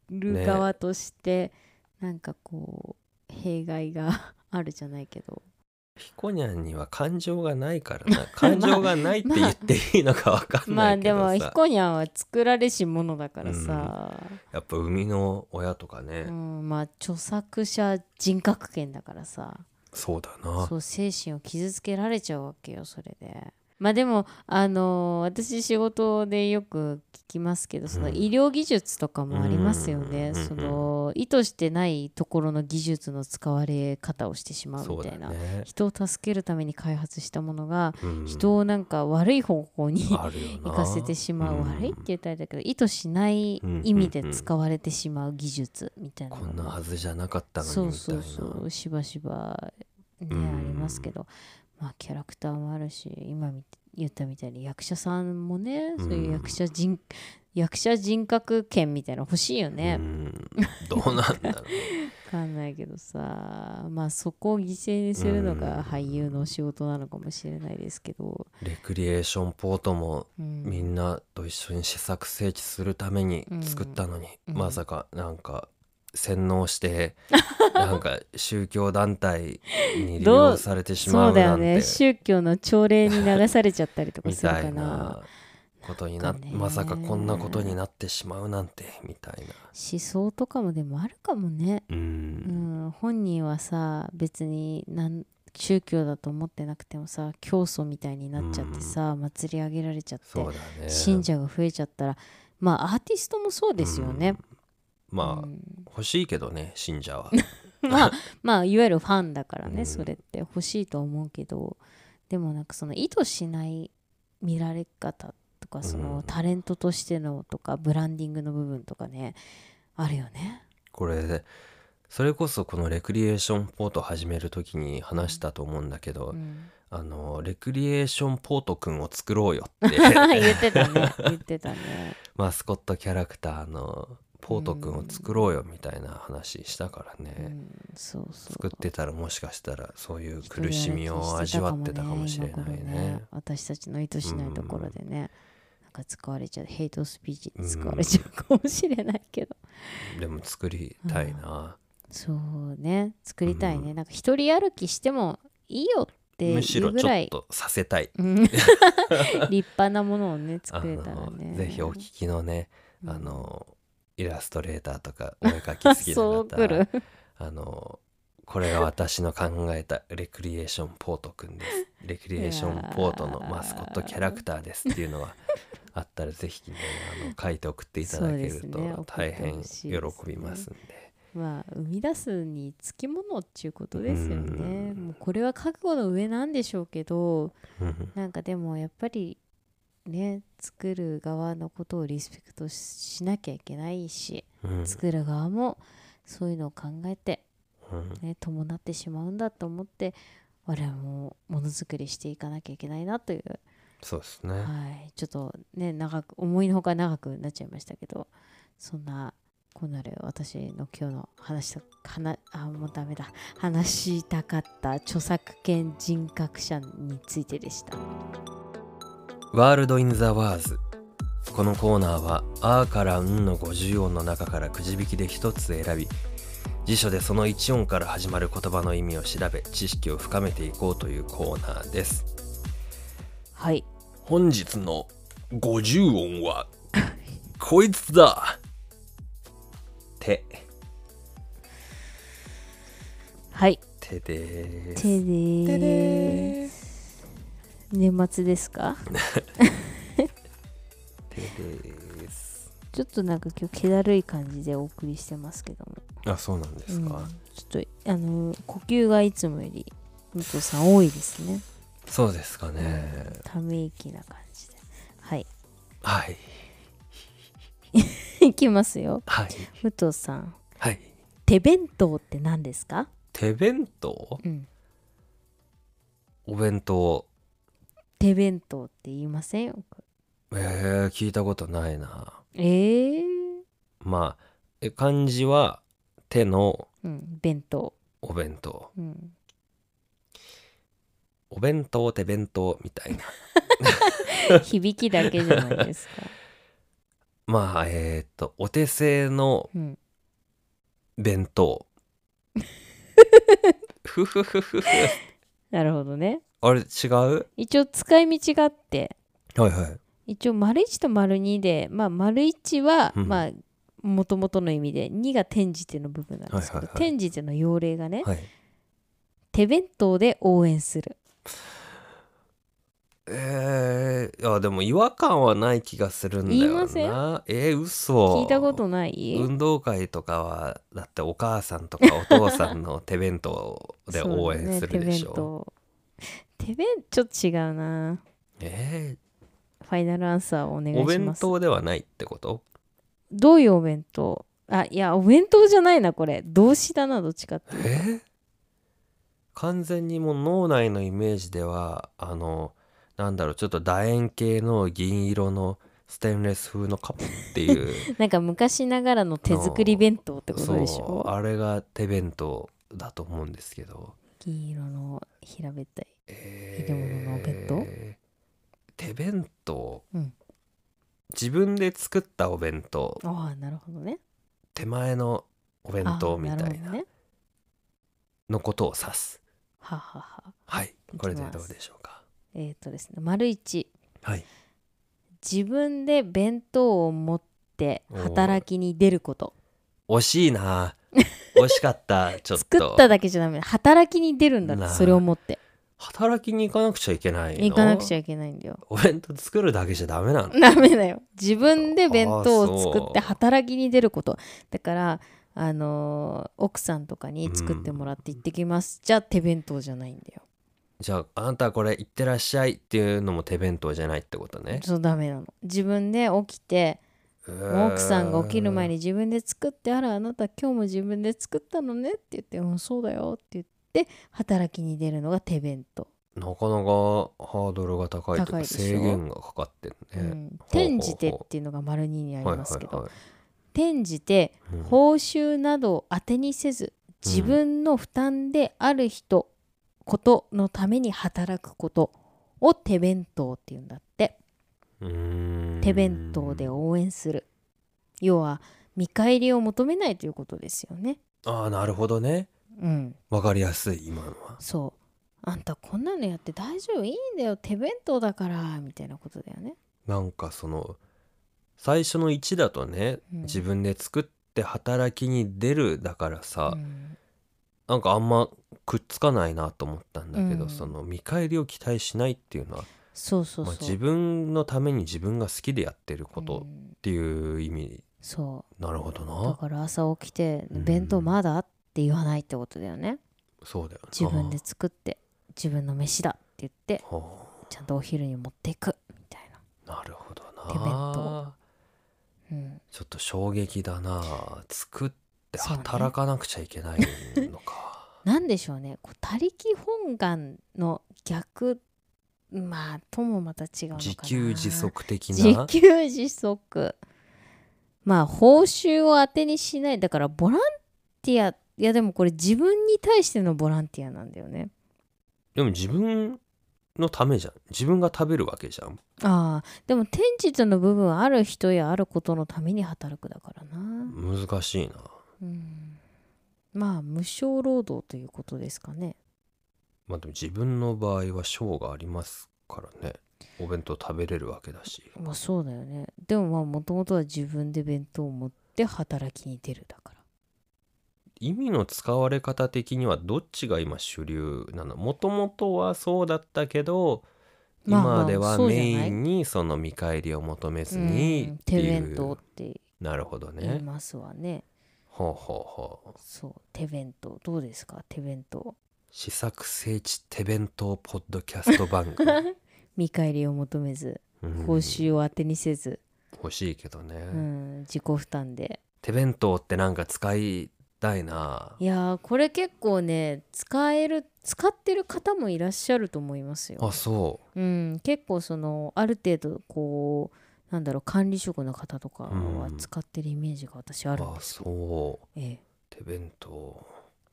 [SPEAKER 2] る
[SPEAKER 1] ね
[SPEAKER 2] 側としてなんかこう弊害があるじゃないけど
[SPEAKER 1] ね、ひこにゃんには感情がないからな感情がないって言っていいのかわかん
[SPEAKER 2] ま
[SPEAKER 1] な
[SPEAKER 2] あ
[SPEAKER 1] いけ
[SPEAKER 2] で
[SPEAKER 1] どさ、
[SPEAKER 2] もひ
[SPEAKER 1] や
[SPEAKER 2] こにゃんは作られし者だからさ、
[SPEAKER 1] っぱ生みの親とかね、
[SPEAKER 2] うんまあ著作者人格権だからさ
[SPEAKER 1] そうだな
[SPEAKER 2] そう精神を傷つけられちゃうわけよそれでまあでもあの私仕事でよく聞きますけどその
[SPEAKER 1] うん
[SPEAKER 2] 医療技術とかもありますよね、
[SPEAKER 1] うんうんうんうん
[SPEAKER 2] その意図してないところの技術の使われ方をしてしまう
[SPEAKER 1] そ
[SPEAKER 2] み
[SPEAKER 1] う
[SPEAKER 2] た
[SPEAKER 1] だ
[SPEAKER 2] いな、
[SPEAKER 1] ね、
[SPEAKER 2] 人を助けるために開発したものが
[SPEAKER 1] うん
[SPEAKER 2] 人をなんか悪い方向に、
[SPEAKER 1] あるよな
[SPEAKER 2] 行かせてしまう、
[SPEAKER 1] ん
[SPEAKER 2] 悪いって言ったらあれだけど意図しない意味で使われてしまう技術みたいなの
[SPEAKER 1] こ
[SPEAKER 2] が
[SPEAKER 1] んなはずじゃなかったの
[SPEAKER 2] そ
[SPEAKER 1] に
[SPEAKER 2] う
[SPEAKER 1] みたい
[SPEAKER 2] そう
[SPEAKER 1] な
[SPEAKER 2] そうしばしばね、
[SPEAKER 1] うん
[SPEAKER 2] ありますけどまあキャラクターもあるし今み言ったみたいに役者さんもねそういう役者人、役者人格権みたいなの欲しいよね
[SPEAKER 1] う、んどうなんだろう
[SPEAKER 2] わかんないけどさまあそこを犠牲にするの
[SPEAKER 1] うん
[SPEAKER 2] が俳優のお仕事なのかもしれないですけど、
[SPEAKER 1] レクリエーションポートも
[SPEAKER 2] うん
[SPEAKER 1] みんなと一緒に試作整地するために作ったのに、
[SPEAKER 2] うん
[SPEAKER 1] まさかなんか洗脳して なんか宗教団体に利
[SPEAKER 2] ど
[SPEAKER 1] 用
[SPEAKER 2] う
[SPEAKER 1] されてしま
[SPEAKER 2] そううだよ
[SPEAKER 1] なんて、
[SPEAKER 2] ね宗教の朝礼に流されちゃったりとか
[SPEAKER 1] み
[SPEAKER 2] する
[SPEAKER 1] た
[SPEAKER 2] か
[SPEAKER 1] い
[SPEAKER 2] な
[SPEAKER 1] なことにな
[SPEAKER 2] なんかね
[SPEAKER 1] まさかこんなことになってしまうなんてみたいな。
[SPEAKER 2] 思想とかもでもあるかもね、
[SPEAKER 1] う
[SPEAKER 2] うんん、本人はさ別になん宗教だと思ってなくてもさ教祖みたいになっちゃってさ、祭り上げられちゃっ
[SPEAKER 1] そう
[SPEAKER 2] て
[SPEAKER 1] だね
[SPEAKER 2] 信者が増えちゃったらまあアーティストもそうですよね、
[SPEAKER 1] うんまあ、
[SPEAKER 2] うん
[SPEAKER 1] 欲しいけどね信者は
[SPEAKER 2] ま あまあいわゆるファンだからね、
[SPEAKER 1] うん
[SPEAKER 2] それって欲しいと思うけどでもなんかその意図しない見られ方とかその
[SPEAKER 1] うん
[SPEAKER 2] タレントとしてのとかブランディングの部分とかねあるよね。
[SPEAKER 1] これそれこそこのレクリエーションポート始める時に話したと思うんだけど、
[SPEAKER 2] うん、
[SPEAKER 1] あのレクリエーションポートくんを作ろうよ って
[SPEAKER 2] 言ってたね言ってたね。
[SPEAKER 1] マスコットキャラクターのポートくんを作ろうよみたいな話したからね、
[SPEAKER 2] うん、そうそう
[SPEAKER 1] 作ってたらもしかしたらそういう苦しみを味わってたかもしれないね
[SPEAKER 2] 一人歩きしてたかもね今頃ね私たちの意図しないところでね、なんか使われちゃうヘイトスピーチに使われちゃうかもしれないけど、
[SPEAKER 1] でも作りたいな、
[SPEAKER 2] そうね作りたいね、なんか一人歩きしてもいいよって
[SPEAKER 1] むし
[SPEAKER 2] い
[SPEAKER 1] ろ
[SPEAKER 2] うぐ
[SPEAKER 1] ち
[SPEAKER 2] ら
[SPEAKER 1] ょっ
[SPEAKER 2] い
[SPEAKER 1] とさせたい、
[SPEAKER 2] うん 立派なものをね
[SPEAKER 1] あ
[SPEAKER 2] 作れたら
[SPEAKER 1] の
[SPEAKER 2] ね
[SPEAKER 1] ぜひお聞きのね、
[SPEAKER 2] うん
[SPEAKER 1] あのイラストレーターとかお絵描き好き
[SPEAKER 2] そ
[SPEAKER 1] な
[SPEAKER 2] う来
[SPEAKER 1] 方
[SPEAKER 2] る
[SPEAKER 1] あのこれが私の考えたレクリエーションポートくんですレクリエーションポートのマスコットキャラクターですっていうのがあったらぜひねあの書いて送っていただける
[SPEAKER 2] そうですね
[SPEAKER 1] と大変
[SPEAKER 2] 送ってほし
[SPEAKER 1] 喜
[SPEAKER 2] いですね
[SPEAKER 1] びますんで
[SPEAKER 2] まあ生み出すにつきものっていうことですよね
[SPEAKER 1] うん
[SPEAKER 2] もうこれは覚悟の上なんでしょうけど
[SPEAKER 1] うん
[SPEAKER 2] なんかでもやっぱりね作る側のことをリスペクトししなきゃいけないし
[SPEAKER 1] うん
[SPEAKER 2] 作る側もそういうのを考えて
[SPEAKER 1] うん
[SPEAKER 2] ね、伴ってしまうんだと思って我々もものづくりしていかなきゃいけないなという、
[SPEAKER 1] そうですね
[SPEAKER 2] はい、ちょっとね長く思いのほか長くなっちゃいましたけどそんなこなる私の今日の話したかなあもうダメだ話したかった著作権人格者についてでした。
[SPEAKER 1] ワールド・イン・ザ・ワーズこのコーナーは「あ」から「ん」の50音の中からくじ引きで1つ選び辞書でその1音から始まる言葉の意味を調べ知識を深めていこうというコーナーです
[SPEAKER 2] はい
[SPEAKER 1] 本日の50音はこいつだ手
[SPEAKER 2] はい
[SPEAKER 1] 手で
[SPEAKER 2] 手
[SPEAKER 1] す
[SPEAKER 2] でー
[SPEAKER 1] ー
[SPEAKER 2] す年末ですか
[SPEAKER 1] 手です
[SPEAKER 2] ちょっとなんか今日気だるい感じでお送りしてますけども
[SPEAKER 1] あそうなんですか、
[SPEAKER 2] うんちょっとあの呼吸がいつもより武藤さん多いですね
[SPEAKER 1] そうですかね、
[SPEAKER 2] ため息な感じではい
[SPEAKER 1] はい
[SPEAKER 2] いきますよ
[SPEAKER 1] はい
[SPEAKER 2] 武藤さん
[SPEAKER 1] はい
[SPEAKER 2] 手弁当って何ですか
[SPEAKER 1] 手弁当
[SPEAKER 2] うん
[SPEAKER 1] お弁当
[SPEAKER 2] 手弁当って言いませんよく
[SPEAKER 1] えー、聞いたことないな
[SPEAKER 2] ええ
[SPEAKER 1] まあえ漢字は手の
[SPEAKER 2] うん弁当
[SPEAKER 1] お弁当
[SPEAKER 2] うん
[SPEAKER 1] お弁当手弁当みたいな
[SPEAKER 2] 響きだけじゃないですか
[SPEAKER 1] まあえっ、とお手製の
[SPEAKER 2] うん
[SPEAKER 1] 弁当ふふふふふ
[SPEAKER 2] なるほどね
[SPEAKER 1] あれ違うは
[SPEAKER 2] 一応使い道があって
[SPEAKER 1] いはい
[SPEAKER 2] 一応丸一と丸二で、まあ、丸一は、
[SPEAKER 1] うん
[SPEAKER 2] まあもともとの意味で二が転じての部分なんですけ
[SPEAKER 1] は
[SPEAKER 2] ど、
[SPEAKER 1] いはいはい
[SPEAKER 2] 転じての用例がね、
[SPEAKER 1] はい
[SPEAKER 2] 手弁当で応援する
[SPEAKER 1] えー、いやでも違和感はない気がするんだよな
[SPEAKER 2] 言いません
[SPEAKER 1] えー、嘘
[SPEAKER 2] 聞いたことない、
[SPEAKER 1] 運動会とかはだってお母さんとかお父さんの手弁当で
[SPEAKER 2] そうだね
[SPEAKER 1] 応援するでしょ、
[SPEAKER 2] 手弁当手弁ちょっと違うな
[SPEAKER 1] え
[SPEAKER 2] ファイナルアンサーお願
[SPEAKER 1] ーお
[SPEAKER 2] いし
[SPEAKER 1] 弁
[SPEAKER 2] ます
[SPEAKER 1] 当ではないってこと
[SPEAKER 2] どういうお弁当あいやお弁当じゃないなこれ動詞だなどっちかって
[SPEAKER 1] えー完全にもう脳内のイメージではあのなんだろうちょっと楕円形の銀色のステンレス風のカップっていう
[SPEAKER 2] なんか昔ながらの手作り弁当ってことでし
[SPEAKER 1] そう
[SPEAKER 2] ょ
[SPEAKER 1] あれが手弁当だと思うんですけど
[SPEAKER 2] 黄色の平べったい
[SPEAKER 1] え
[SPEAKER 2] でもなお弁当
[SPEAKER 1] 手弁当、
[SPEAKER 2] うん
[SPEAKER 1] 自分で作ったお弁当
[SPEAKER 2] ああなるほどね
[SPEAKER 1] 手前のお弁当みた
[SPEAKER 2] あー
[SPEAKER 1] い
[SPEAKER 2] るほ
[SPEAKER 1] な
[SPEAKER 2] どね
[SPEAKER 1] のことを指す
[SPEAKER 2] ははは
[SPEAKER 1] はい
[SPEAKER 2] いきます
[SPEAKER 1] これでどうでしょうか
[SPEAKER 2] えっ、とですね丸一
[SPEAKER 1] はい
[SPEAKER 2] 自分で弁当を持って働きに出ること
[SPEAKER 1] 惜しい な惜しかったちょっ
[SPEAKER 2] 作
[SPEAKER 1] と
[SPEAKER 2] っただけじゃダメ働きに出るんだって
[SPEAKER 1] なあ
[SPEAKER 2] それを持って
[SPEAKER 1] 働きに行かなくちゃいけないの
[SPEAKER 2] 行かなくちゃいけないんだよ
[SPEAKER 1] お弁当作るだけじゃダメなんだ
[SPEAKER 2] ダメだよ自分で弁当を作
[SPEAKER 1] あー
[SPEAKER 2] っ
[SPEAKER 1] そ
[SPEAKER 2] て
[SPEAKER 1] う
[SPEAKER 2] 働きに出ることだからあのー奥さんとかに作ってもらって行ってきます、じゃあ手弁当じゃないんだよ
[SPEAKER 1] じゃああなたこれ行ってらっしゃいっていうのも手弁当じゃないってことね
[SPEAKER 2] そうダメなの自分で起きてもう奥さんが起きる前
[SPEAKER 1] に
[SPEAKER 2] に自分で作ってあらあなた今日も自分で作ったのねって言ってうんそうだよって言って働きに出るのが手弁当、
[SPEAKER 1] なかなかハードルが高いという
[SPEAKER 2] 高い
[SPEAKER 1] か
[SPEAKER 2] でしょ
[SPEAKER 1] 制限がかかってる
[SPEAKER 2] う
[SPEAKER 1] ね。
[SPEAKER 2] ん、転じてっていうのが丸2にあり
[SPEAKER 1] はいはい
[SPEAKER 2] ますけど、
[SPEAKER 1] はい
[SPEAKER 2] 転じて
[SPEAKER 1] うん
[SPEAKER 2] 報酬などを当てにせず
[SPEAKER 1] うん
[SPEAKER 2] 自分の負担である人、ことのために働くことを手弁当っていうんだって
[SPEAKER 1] うーん
[SPEAKER 2] 手弁当で応援する要は見返りを求めないということですよね
[SPEAKER 1] ああなるほどね
[SPEAKER 2] うん
[SPEAKER 1] わかりやすい今のは。
[SPEAKER 2] そうあんたこんなのやって大丈夫いいんだよ手弁当だからみたいなことだよね
[SPEAKER 1] なんかその最初の1だとね、
[SPEAKER 2] うん
[SPEAKER 1] 自分で作って働きに出るだからさ、
[SPEAKER 2] うん
[SPEAKER 1] なんかあんまくっつかないなと思ったんだけど、
[SPEAKER 2] うん
[SPEAKER 1] その見返りを期待しないっていうのは
[SPEAKER 2] そうそう
[SPEAKER 1] ま
[SPEAKER 2] そ
[SPEAKER 1] あ
[SPEAKER 2] う、
[SPEAKER 1] 自分のために自分が好きでやってるこ
[SPEAKER 2] う
[SPEAKER 1] と
[SPEAKER 2] ん
[SPEAKER 1] っていう意味
[SPEAKER 2] そう
[SPEAKER 1] なるほど
[SPEAKER 2] だ
[SPEAKER 1] な
[SPEAKER 2] から朝起きて「
[SPEAKER 1] うん
[SPEAKER 2] 弁当まだ?」って言わないってことだよね
[SPEAKER 1] そうだよな
[SPEAKER 2] 自分で作って自分の飯だって言って
[SPEAKER 1] はあ
[SPEAKER 2] ちゃんとお昼に持っていくみたいな、
[SPEAKER 1] なるほどな
[SPEAKER 2] 手弁当うん、
[SPEAKER 1] ちょっと衝撃だな作って
[SPEAKER 2] そうね
[SPEAKER 1] 働かなくちゃいけ ないのか
[SPEAKER 2] なんでしょうねこう他力本願の逆まあともまた違うのかな
[SPEAKER 1] 自給自足的
[SPEAKER 2] 自
[SPEAKER 1] な
[SPEAKER 2] 給自足まあ報酬を当てにしないだからボランティアいやでもこれ自分に対してのボランティアなんだよね
[SPEAKER 1] でも自分のためじゃん自分が食べるわけじゃん
[SPEAKER 2] ああでも天実の部分はある人やあることのために働くだからな
[SPEAKER 1] 難しいな
[SPEAKER 2] うんまあ無償労働ということですかね
[SPEAKER 1] まあでも自分の場合は賞がありますからねお弁当食べれるわけだし
[SPEAKER 2] まあそうだよねでもまあもともとは自分で弁当を持って働きに出るだから
[SPEAKER 1] 意味の使われ方的にはどっちが今主流なのもともとはそうだったけど
[SPEAKER 2] まあまあ
[SPEAKER 1] 今では
[SPEAKER 2] そうじゃな
[SPEAKER 1] メ
[SPEAKER 2] い
[SPEAKER 1] インにその見返りを求めず
[SPEAKER 2] う
[SPEAKER 1] に
[SPEAKER 2] ん
[SPEAKER 1] って
[SPEAKER 2] 手
[SPEAKER 1] い
[SPEAKER 2] 弁
[SPEAKER 1] う
[SPEAKER 2] 当って
[SPEAKER 1] なるほどね、
[SPEAKER 2] 言いますわね
[SPEAKER 1] ほうほうほう
[SPEAKER 2] そう手弁当どうですか手弁当
[SPEAKER 1] 試作聖地手弁当ポッドキャスト番 組、
[SPEAKER 2] 見返りを求めず
[SPEAKER 1] うん
[SPEAKER 2] 報酬を当てにせず、
[SPEAKER 1] 欲しいけどね、
[SPEAKER 2] うん、自己負担で
[SPEAKER 1] 手弁当ってなんか使いたいない
[SPEAKER 2] やーこれ結構ね使える使ってる方もいらっしゃると思いますよ
[SPEAKER 1] あそ
[SPEAKER 2] うん、結構そのある程度こうなんだろう管理職の方とかは
[SPEAKER 1] うん
[SPEAKER 2] 使ってるイメージが私あ
[SPEAKER 1] う
[SPEAKER 2] るん
[SPEAKER 1] あ
[SPEAKER 2] ですよ、
[SPEAKER 1] そう
[SPEAKER 2] ええ
[SPEAKER 1] 手弁当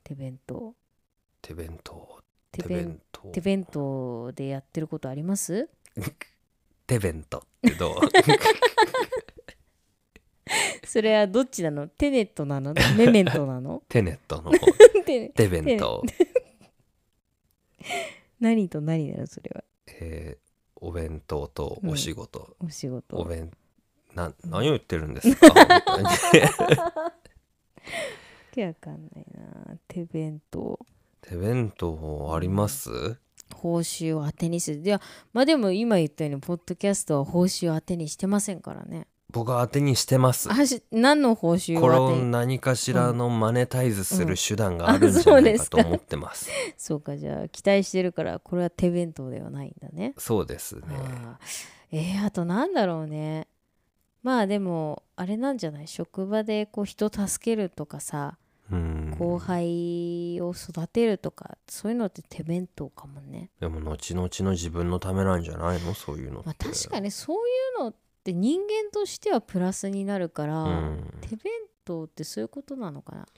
[SPEAKER 2] 手弁当
[SPEAKER 1] 手弁当
[SPEAKER 2] 手弁
[SPEAKER 1] 当
[SPEAKER 2] 手弁当でやってることあります
[SPEAKER 1] 手弁当ってどう
[SPEAKER 2] それはどっちなのテネットなのメメントなの
[SPEAKER 1] テネットの
[SPEAKER 2] で
[SPEAKER 1] 手弁当、
[SPEAKER 2] 何と何なのそれは
[SPEAKER 1] えーお弁当とお仕事、
[SPEAKER 2] お仕事
[SPEAKER 1] お弁な何を言ってるんですか本当に
[SPEAKER 2] わけわかんないな手弁当
[SPEAKER 1] 手弁当あります
[SPEAKER 2] 報酬を当てにするいやまあでも今言ったようにポッドキャストは報酬を当てにしてませんからね
[SPEAKER 1] 僕は当てにしてます
[SPEAKER 2] あし何の報酬
[SPEAKER 1] これ
[SPEAKER 2] を当
[SPEAKER 1] を
[SPEAKER 2] てに
[SPEAKER 1] 何かしらのマネタイズする手段があ
[SPEAKER 2] う
[SPEAKER 1] るん
[SPEAKER 2] ん
[SPEAKER 1] じゃない
[SPEAKER 2] あ
[SPEAKER 1] か
[SPEAKER 2] そ
[SPEAKER 1] と
[SPEAKER 2] うですか
[SPEAKER 1] 思ってます。
[SPEAKER 2] そうかじゃあ期待してるからこれは手弁当ではないんだね
[SPEAKER 1] そうですね。
[SPEAKER 2] あーえー、あとなんだろうねまあでもあれなんじゃない職場でこう人助けるとかさ
[SPEAKER 1] うん。
[SPEAKER 2] 後輩を育てるとかそういうのって手弁当かもね、
[SPEAKER 1] でも後々の自分のためなんじゃないのそういうのって。
[SPEAKER 2] まあ、確かにそういうのって人間としてはプラスになるから、
[SPEAKER 1] うん。
[SPEAKER 2] 手弁当ってそういうことなのかな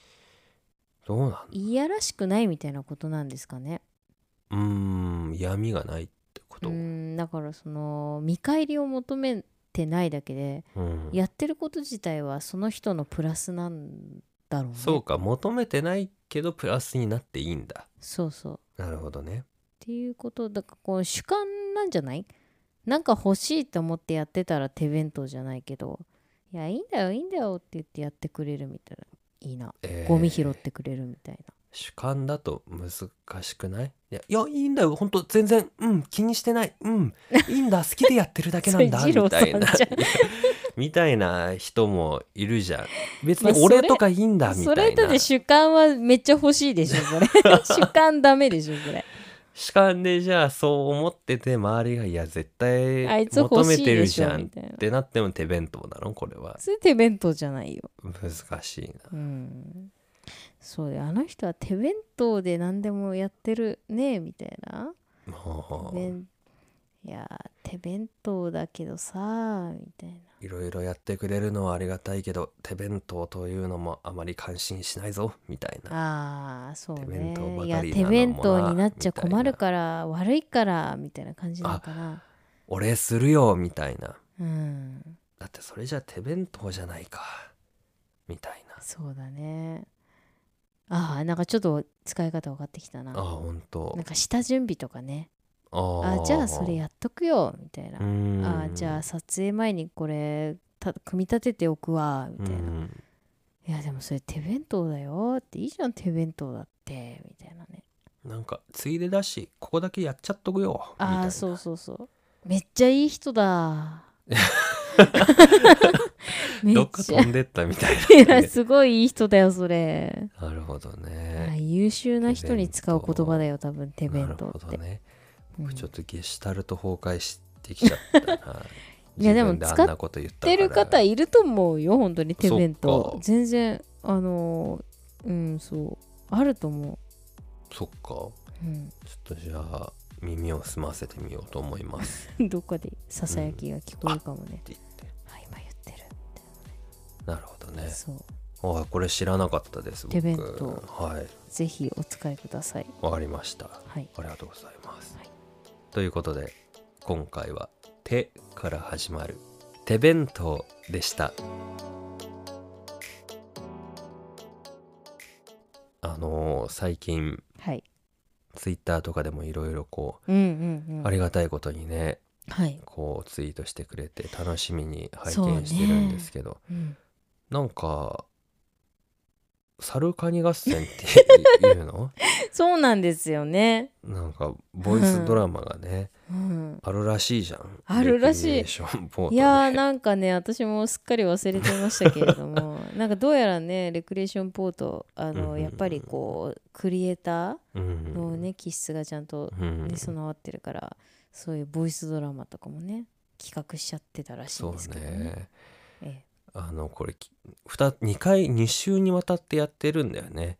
[SPEAKER 1] どうなん
[SPEAKER 2] いやらしくないみたいなことなんですかね
[SPEAKER 1] うーん闇がないってこ
[SPEAKER 2] う
[SPEAKER 1] と。うん。
[SPEAKER 2] んだからその見返りを求めてないだけでやってること自体はその人のプラスなんだろうね
[SPEAKER 1] そうか求めてないけどプラスになっていいんだ。
[SPEAKER 2] そうそうっ
[SPEAKER 1] なるほどね。
[SPEAKER 2] ていうことだからこう主観なんじゃないなんか欲しいと思ってやってたら手弁当じゃないけどいやいいんだよいいんだよって言ってやってくれるみたいないいな
[SPEAKER 1] えー
[SPEAKER 2] ゴミ拾ってくれるみたいな、
[SPEAKER 1] 主観だと難しくないいやいやいいんだよ本当全然うん気にしてないうんいいんだ好きでやってるだけなんだ
[SPEAKER 2] それ
[SPEAKER 1] み
[SPEAKER 2] 二郎
[SPEAKER 1] た
[SPEAKER 2] さん
[SPEAKER 1] いな い
[SPEAKER 2] じゃん
[SPEAKER 1] やみたいな人もいるじゃん別
[SPEAKER 2] まあそ
[SPEAKER 1] に
[SPEAKER 2] れ
[SPEAKER 1] 俺とかいいんだみ
[SPEAKER 2] そ
[SPEAKER 1] た
[SPEAKER 2] れ
[SPEAKER 1] い
[SPEAKER 2] だっ
[SPEAKER 1] な
[SPEAKER 2] て主観はめっちゃ欲しいでし ょそれ主観ダメでしょそれ
[SPEAKER 1] 主観でじゃあそう思ってて周りがいや絶
[SPEAKER 2] あい
[SPEAKER 1] 対
[SPEAKER 2] つ欲
[SPEAKER 1] 求め
[SPEAKER 2] しい
[SPEAKER 1] てる
[SPEAKER 2] で
[SPEAKER 1] じ
[SPEAKER 2] し
[SPEAKER 1] ゃ
[SPEAKER 2] ょ
[SPEAKER 1] ん
[SPEAKER 2] み
[SPEAKER 1] った
[SPEAKER 2] いな
[SPEAKER 1] てなっても手弁当なのこれは
[SPEAKER 2] それ手弁当じゃないよ
[SPEAKER 1] 難しいな
[SPEAKER 2] うんそうであの人は手弁当で何でもやってるねみたいな
[SPEAKER 1] もう
[SPEAKER 2] 弁いやー手弁当だけどさーみたいない
[SPEAKER 1] ろいろやってくれるのはありがたいけど手弁当というのもあまり感心しないぞみたいな
[SPEAKER 2] あーそう
[SPEAKER 1] 手弁
[SPEAKER 2] ね
[SPEAKER 1] 当ばか
[SPEAKER 2] い
[SPEAKER 1] りなの
[SPEAKER 2] や
[SPEAKER 1] もな
[SPEAKER 2] 手弁当になっちゃ困るから悪いからみたいな感じなのかな
[SPEAKER 1] お礼するよみたいな
[SPEAKER 2] うん
[SPEAKER 1] だってそれじゃ手弁当じゃないかみたいな
[SPEAKER 2] そうだねああなんかちょっと使い方分かってきたな
[SPEAKER 1] あ本当
[SPEAKER 2] なんか下準備とかね
[SPEAKER 1] あー
[SPEAKER 2] あじゃあそれやっとくよみたいな
[SPEAKER 1] うーん
[SPEAKER 2] あーじゃあ撮影前にこれた組み立てておくわみたいな、
[SPEAKER 1] うん
[SPEAKER 2] いやでもそれ手弁当だよっていいじゃん手弁当だってみたいなね
[SPEAKER 1] なんかついでだしここだけやっちゃっとくよみたい
[SPEAKER 2] あ
[SPEAKER 1] な
[SPEAKER 2] あそうそうそうめっちゃいい 人だ め
[SPEAKER 1] ど
[SPEAKER 2] っ
[SPEAKER 1] っか
[SPEAKER 2] ちゃ
[SPEAKER 1] 飛んでったみたい
[SPEAKER 2] い
[SPEAKER 1] な
[SPEAKER 2] や
[SPEAKER 1] ね
[SPEAKER 2] すごいいい人だよそれ、
[SPEAKER 1] なるほど
[SPEAKER 2] あ
[SPEAKER 1] ね
[SPEAKER 2] 優秀な人に使う言葉だよ多分手
[SPEAKER 1] な
[SPEAKER 2] 弁
[SPEAKER 1] る
[SPEAKER 2] 当
[SPEAKER 1] ほど
[SPEAKER 2] って、
[SPEAKER 1] ね
[SPEAKER 2] うん
[SPEAKER 1] ちょっとゲシュタルト崩壊してきちゃったな
[SPEAKER 2] いやでも
[SPEAKER 1] 自分あんなこと言っ
[SPEAKER 2] 知ってる
[SPEAKER 1] たか
[SPEAKER 2] 方
[SPEAKER 1] ら
[SPEAKER 2] いると思うよ本当に手弁
[SPEAKER 1] そっ
[SPEAKER 2] 当
[SPEAKER 1] か
[SPEAKER 2] 全然あのーうんそうあると思
[SPEAKER 1] そっか
[SPEAKER 2] う、うん
[SPEAKER 1] ちょっとじゃあ耳を澄ませてみようと思います。
[SPEAKER 2] どっかでささやきが聞こえるかもね。
[SPEAKER 1] って言って
[SPEAKER 2] あ、今言ってる。
[SPEAKER 1] なるほどね。
[SPEAKER 2] そう。
[SPEAKER 1] あこれ知らなかったです。僕
[SPEAKER 2] 手弁当
[SPEAKER 1] はい
[SPEAKER 2] ぜひお使いください。
[SPEAKER 1] わかりました。あ
[SPEAKER 2] はい。
[SPEAKER 1] りがとうございます。
[SPEAKER 2] はい
[SPEAKER 1] ということで今回は「手」から始まる「手弁当」でした。あのー最近
[SPEAKER 2] はい。
[SPEAKER 1] ツイッターとかでもいろいろこ
[SPEAKER 2] うんうんう。
[SPEAKER 1] うんありがたいことにね
[SPEAKER 2] はい。
[SPEAKER 1] こうツイートしてくれて楽しみに拝
[SPEAKER 2] そうね
[SPEAKER 1] 見してるんですけど、
[SPEAKER 2] うん、
[SPEAKER 1] なんかサルカニ合戦っていう の
[SPEAKER 2] そうなんですよね。
[SPEAKER 1] なんかボイスドラマがね、
[SPEAKER 2] うん。
[SPEAKER 1] あるらしいじゃん
[SPEAKER 2] あるらしい
[SPEAKER 1] レクリエーションボートで
[SPEAKER 2] いやーなんかね私もすっかり忘れてましたけれども なんかどうやらねレクリエーションポートあ
[SPEAKER 1] うんうん
[SPEAKER 2] の、
[SPEAKER 1] うん
[SPEAKER 2] やっぱりこうクリエイタ
[SPEAKER 1] うん
[SPEAKER 2] ーのね気質がちゃんと、
[SPEAKER 1] うん
[SPEAKER 2] ね、備わってるからそういうボイスドラマとかもね企画しちゃってたらしいん
[SPEAKER 1] そ
[SPEAKER 2] です
[SPEAKER 1] う
[SPEAKER 2] けどね
[SPEAKER 1] ね
[SPEAKER 2] え
[SPEAKER 1] あのこれ 2, 二回2週にわたってやってるんだよね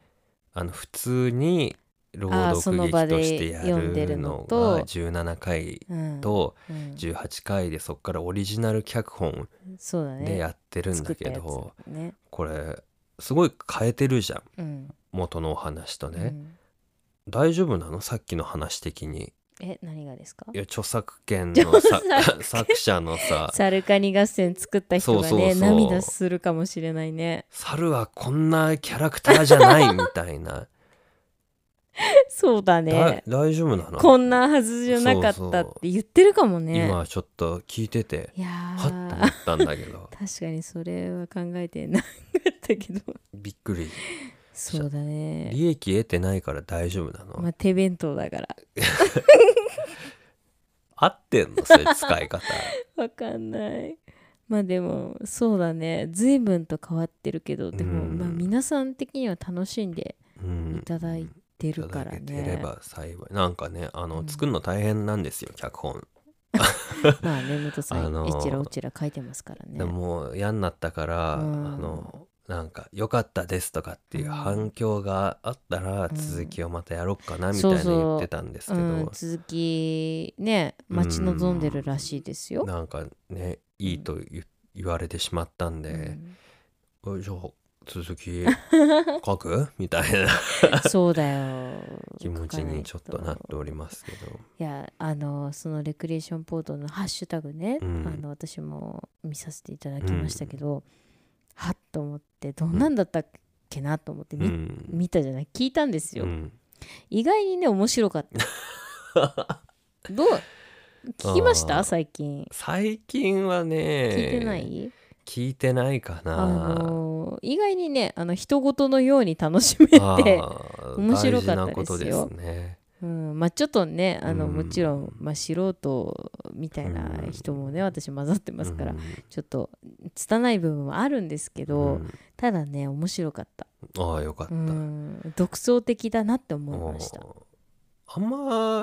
[SPEAKER 1] あの普通に朗
[SPEAKER 2] あーそ
[SPEAKER 1] 読劇
[SPEAKER 2] の場で
[SPEAKER 1] としてや
[SPEAKER 2] 読んでる
[SPEAKER 1] る
[SPEAKER 2] の
[SPEAKER 1] の
[SPEAKER 2] と
[SPEAKER 1] が17回
[SPEAKER 2] えうん
[SPEAKER 1] と
[SPEAKER 2] うん、
[SPEAKER 1] 18回でそっからオリジナル脚本
[SPEAKER 2] そうだね
[SPEAKER 1] でやってるん
[SPEAKER 2] 作
[SPEAKER 1] だ
[SPEAKER 2] っ
[SPEAKER 1] け
[SPEAKER 2] たや
[SPEAKER 1] ど、
[SPEAKER 2] つね
[SPEAKER 1] これすごい変えてるじゃん
[SPEAKER 2] うん
[SPEAKER 1] 元のお話と
[SPEAKER 2] う
[SPEAKER 1] ね、
[SPEAKER 2] ん
[SPEAKER 1] 大丈夫なのさっきの話的に
[SPEAKER 2] え何がですか
[SPEAKER 1] いや著作権のさ
[SPEAKER 2] 著作
[SPEAKER 1] 作者の さ
[SPEAKER 2] サルカニ合戦作った人がね
[SPEAKER 1] そうそうそう
[SPEAKER 2] 涙するかもしれないね
[SPEAKER 1] 猿はこんなキャラクターじゃないみたいな、
[SPEAKER 2] そうだ
[SPEAKER 1] だ
[SPEAKER 2] ね
[SPEAKER 1] 大丈夫なの
[SPEAKER 2] こんなはずじゃなか
[SPEAKER 1] そ
[SPEAKER 2] っ
[SPEAKER 1] う
[SPEAKER 2] た
[SPEAKER 1] そ
[SPEAKER 2] っ
[SPEAKER 1] う
[SPEAKER 2] て言ってるかもね
[SPEAKER 1] 今ちょっと聞いてて
[SPEAKER 2] いや
[SPEAKER 1] はっと思
[SPEAKER 2] ー
[SPEAKER 1] っ たんだけど
[SPEAKER 2] 確かにそれは考えてなかったけど
[SPEAKER 1] びっくり
[SPEAKER 2] そうだね
[SPEAKER 1] 利益得てないから大丈夫なの、
[SPEAKER 2] まあ手弁当だから
[SPEAKER 1] 合ってんのそれ使 い方
[SPEAKER 2] わかんないまあでもそうだね随分と変わってるけどでも、
[SPEAKER 1] うん
[SPEAKER 2] まあ皆さん的には楽しんで
[SPEAKER 1] うん
[SPEAKER 2] いただいて
[SPEAKER 1] い
[SPEAKER 2] る
[SPEAKER 1] た
[SPEAKER 2] か
[SPEAKER 1] だ
[SPEAKER 2] らね
[SPEAKER 1] け、てれば幸いなんかねあの、
[SPEAKER 2] うん
[SPEAKER 1] 作るの大変なんですよ脚本
[SPEAKER 2] まあね武藤さん、
[SPEAKER 1] あのー
[SPEAKER 2] えちらおちら書いてますからね
[SPEAKER 1] でももう嫌になったから、
[SPEAKER 2] うん
[SPEAKER 1] あのなんか「良かったです」とかっていう反響があったら
[SPEAKER 2] うん
[SPEAKER 1] 続きをまたやろっかなみた
[SPEAKER 2] そ
[SPEAKER 1] いうな
[SPEAKER 2] そう
[SPEAKER 1] 言ってたんですけど、
[SPEAKER 2] うん、続きね待ち望んでるらしいですよ、
[SPEAKER 1] なんかねいいと言,、言われてしまったん
[SPEAKER 2] う
[SPEAKER 1] で
[SPEAKER 2] ん
[SPEAKER 1] 「おいじゃあ続 き書く?」みたいな
[SPEAKER 2] そうだよ
[SPEAKER 1] 気持ちにちょっとなっ
[SPEAKER 2] 書か
[SPEAKER 1] ておりますけど
[SPEAKER 2] いやあのそのレクリエーションポートのハッシュタグね、
[SPEAKER 1] うん
[SPEAKER 2] あの私も見させていただきましたけど、はっと思ってどんなんだったっけなと思って、
[SPEAKER 1] う
[SPEAKER 2] み
[SPEAKER 1] ん、
[SPEAKER 2] 見たじゃない聞いたんですよ、
[SPEAKER 1] うん
[SPEAKER 2] 意外にね面白かった どう聞きまし
[SPEAKER 1] あー
[SPEAKER 2] た最近
[SPEAKER 1] 最近はね
[SPEAKER 2] 聞いてない、
[SPEAKER 1] 聞いてないかな、
[SPEAKER 2] あのー意外にねあの人事のように楽しめて
[SPEAKER 1] あー
[SPEAKER 2] 面白かったで
[SPEAKER 1] 大事
[SPEAKER 2] すよ
[SPEAKER 1] なことですね
[SPEAKER 2] うん、まあちょっとねあの、
[SPEAKER 1] うん
[SPEAKER 2] もちろん、まあ、素人みたいな人もね、私混ざってますから、
[SPEAKER 1] うん
[SPEAKER 2] ちょっと拙い部分はあるんですけど、
[SPEAKER 1] うん
[SPEAKER 2] ただね面白かった
[SPEAKER 1] ああよかった、
[SPEAKER 2] うん独創的だなって思いました、
[SPEAKER 1] おーあん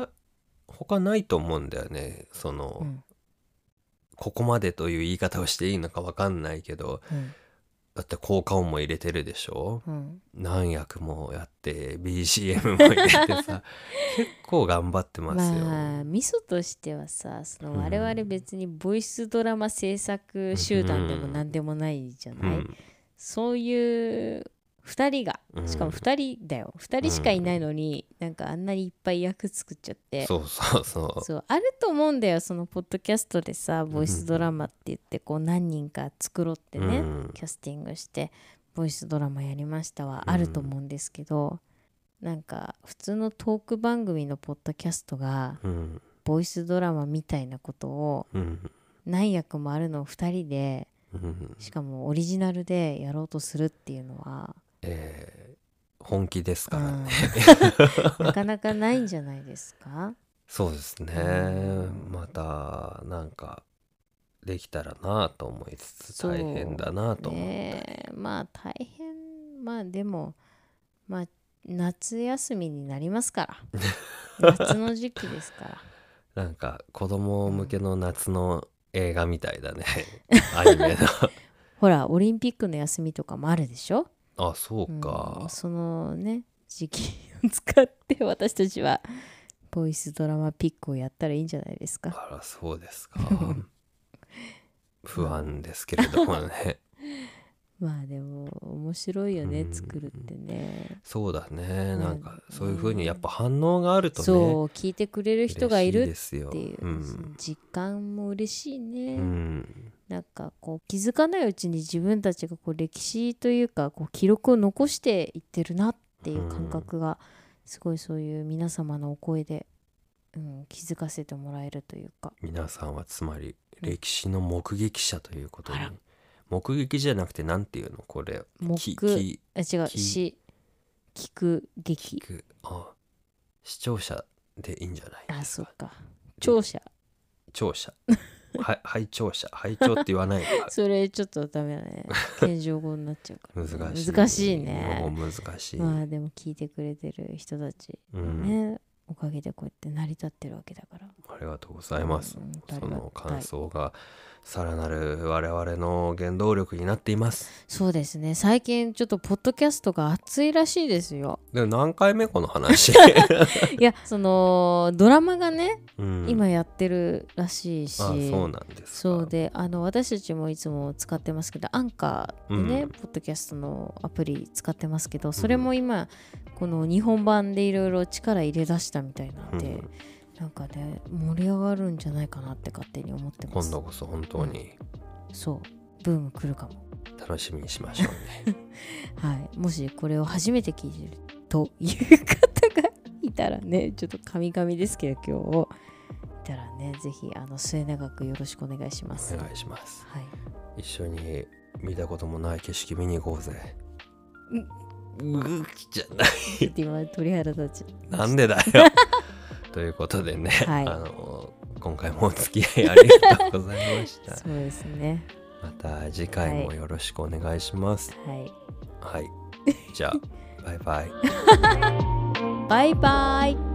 [SPEAKER 1] ま他ないと思うんだよねその、
[SPEAKER 2] うん
[SPEAKER 1] ここまでという言い方をしていいのかわかんないけど
[SPEAKER 2] うん
[SPEAKER 1] だって効果音も入れてるでしょ
[SPEAKER 2] うん、
[SPEAKER 1] 何役もやって BGM も入れて さ結構頑張ってますよ、
[SPEAKER 2] まあミソとしてはさその
[SPEAKER 1] うん
[SPEAKER 2] 我々別にボイスドラマ制作集団でも何でもないじゃ
[SPEAKER 1] う
[SPEAKER 2] ない、
[SPEAKER 1] ん、
[SPEAKER 2] そういう2人が
[SPEAKER 1] うん
[SPEAKER 2] しかも2人だよ2人しかいないのに、なんかあんなにいっぱい役作っちゃって
[SPEAKER 1] そうそうそう
[SPEAKER 2] そうあると思うんだよそのポッドキャストでさボイスドラマって言ってこう何人か作ろうってね、
[SPEAKER 1] うん
[SPEAKER 2] キャスティングしてボイスドラマやりましたはあると思うんですけど、なんか普通のトーク番組のポッドキャストが
[SPEAKER 1] うん
[SPEAKER 2] ボイスドラマみたいなことを
[SPEAKER 1] うん
[SPEAKER 2] 何役もあるのを2人で
[SPEAKER 1] うん
[SPEAKER 2] しかもオリジナルでやろうとするっていうのは、
[SPEAKER 1] えー本気ですからね、
[SPEAKER 2] うんなかなかないんじゃないですか。
[SPEAKER 1] そうですね
[SPEAKER 2] うん
[SPEAKER 1] またなんかできたらなと思いつつ
[SPEAKER 2] そう
[SPEAKER 1] 大変だなと思う
[SPEAKER 2] ねえまあ大変まあでもまあ夏休みになりますか ら夏の時期ですから
[SPEAKER 1] なんか子供向けの夏の映画みたいだね アニメ
[SPEAKER 2] ほらオリンピックの休みとかもあるでしょ
[SPEAKER 1] のあそう
[SPEAKER 2] うん
[SPEAKER 1] か、
[SPEAKER 2] そのね時期を使って 私たちはボイスドラマピックをやったらいいんじゃないですか
[SPEAKER 1] あらそうですか不安ですけれどもね
[SPEAKER 2] まあでも面白いよね
[SPEAKER 1] うん
[SPEAKER 2] 作るってね
[SPEAKER 1] そうだねなんか
[SPEAKER 2] うん
[SPEAKER 1] そういう風にやっぱ反応があるとね
[SPEAKER 2] そう聞いてくれる人がいるっ
[SPEAKER 1] って
[SPEAKER 2] いう
[SPEAKER 1] う
[SPEAKER 2] その
[SPEAKER 1] ん、
[SPEAKER 2] 実感も嬉しいね、
[SPEAKER 1] うん、
[SPEAKER 2] なんかこう気づかないうちに自分たちがこう歴史というかこう記録を残していってるなっていう感覚がすごいそういう皆様のお声で、うん、気づかせてもらえるというか
[SPEAKER 1] 皆さんはつまり歴史の目撃者ということに、
[SPEAKER 2] あら
[SPEAKER 1] 目撃じゃなくてなんていうのこれ
[SPEAKER 2] 目
[SPEAKER 1] きき
[SPEAKER 2] あ違う
[SPEAKER 1] き
[SPEAKER 2] し聞く劇
[SPEAKER 1] 聞くあ視聴者でいいんじゃない
[SPEAKER 2] あそうか聴者
[SPEAKER 1] 聴 者は拝聴者拝聴って言わないのか
[SPEAKER 2] それちょっとダメだ ね謙譲語になっちゃうからね、
[SPEAKER 1] 難しい
[SPEAKER 2] 難しいね
[SPEAKER 1] もう難しい、
[SPEAKER 2] まあでも聞いてくれてる人たち
[SPEAKER 1] うん、
[SPEAKER 2] ね、おかげでこうやって成り立ってるわけだから
[SPEAKER 1] ありがとうございます、
[SPEAKER 2] うん
[SPEAKER 1] その
[SPEAKER 2] ありがた
[SPEAKER 1] 感
[SPEAKER 2] い
[SPEAKER 1] 想がさらなる我々の原動力になっています
[SPEAKER 2] そうですね最近ちょっとポッドキャストが熱いらしいですよ
[SPEAKER 1] でも何回目この話、
[SPEAKER 2] いやそのドラマがね、
[SPEAKER 1] うん、
[SPEAKER 2] 今
[SPEAKER 1] あ
[SPEAKER 2] やってるらしいし
[SPEAKER 1] そうなんですか
[SPEAKER 2] そうであの私たちもいつも使ってますけどアンカーでね、
[SPEAKER 1] うん
[SPEAKER 2] ポッドキャストのアプリ使ってますけどそれも今この日本版でいろいろ力入れ出したみたいなんで、
[SPEAKER 1] うん
[SPEAKER 2] なんかね盛り上がるんじゃないかなって勝手に思ってま
[SPEAKER 1] 今
[SPEAKER 2] す
[SPEAKER 1] 度こそ本当に
[SPEAKER 2] そうブーム来るかも
[SPEAKER 1] 楽しみにしましょうね
[SPEAKER 2] はい、もしこれを初めて聞いてるという方がいたらねちょっと神々ですけど今日をいたらねぜひあの末永くよろしくお願いしま
[SPEAKER 1] お
[SPEAKER 2] す。はい
[SPEAKER 1] 願いします一緒に見たこともない景色見に行こうぜうじゃない
[SPEAKER 2] 聞いて今鳥肌立ち
[SPEAKER 1] なんでだよということでね、
[SPEAKER 2] はい
[SPEAKER 1] あの今回もお付き合いありがとうございました
[SPEAKER 2] そうですね
[SPEAKER 1] また次回もよろしくお願いします
[SPEAKER 2] はい
[SPEAKER 1] はい、じゃあバイバイ
[SPEAKER 2] バイバイ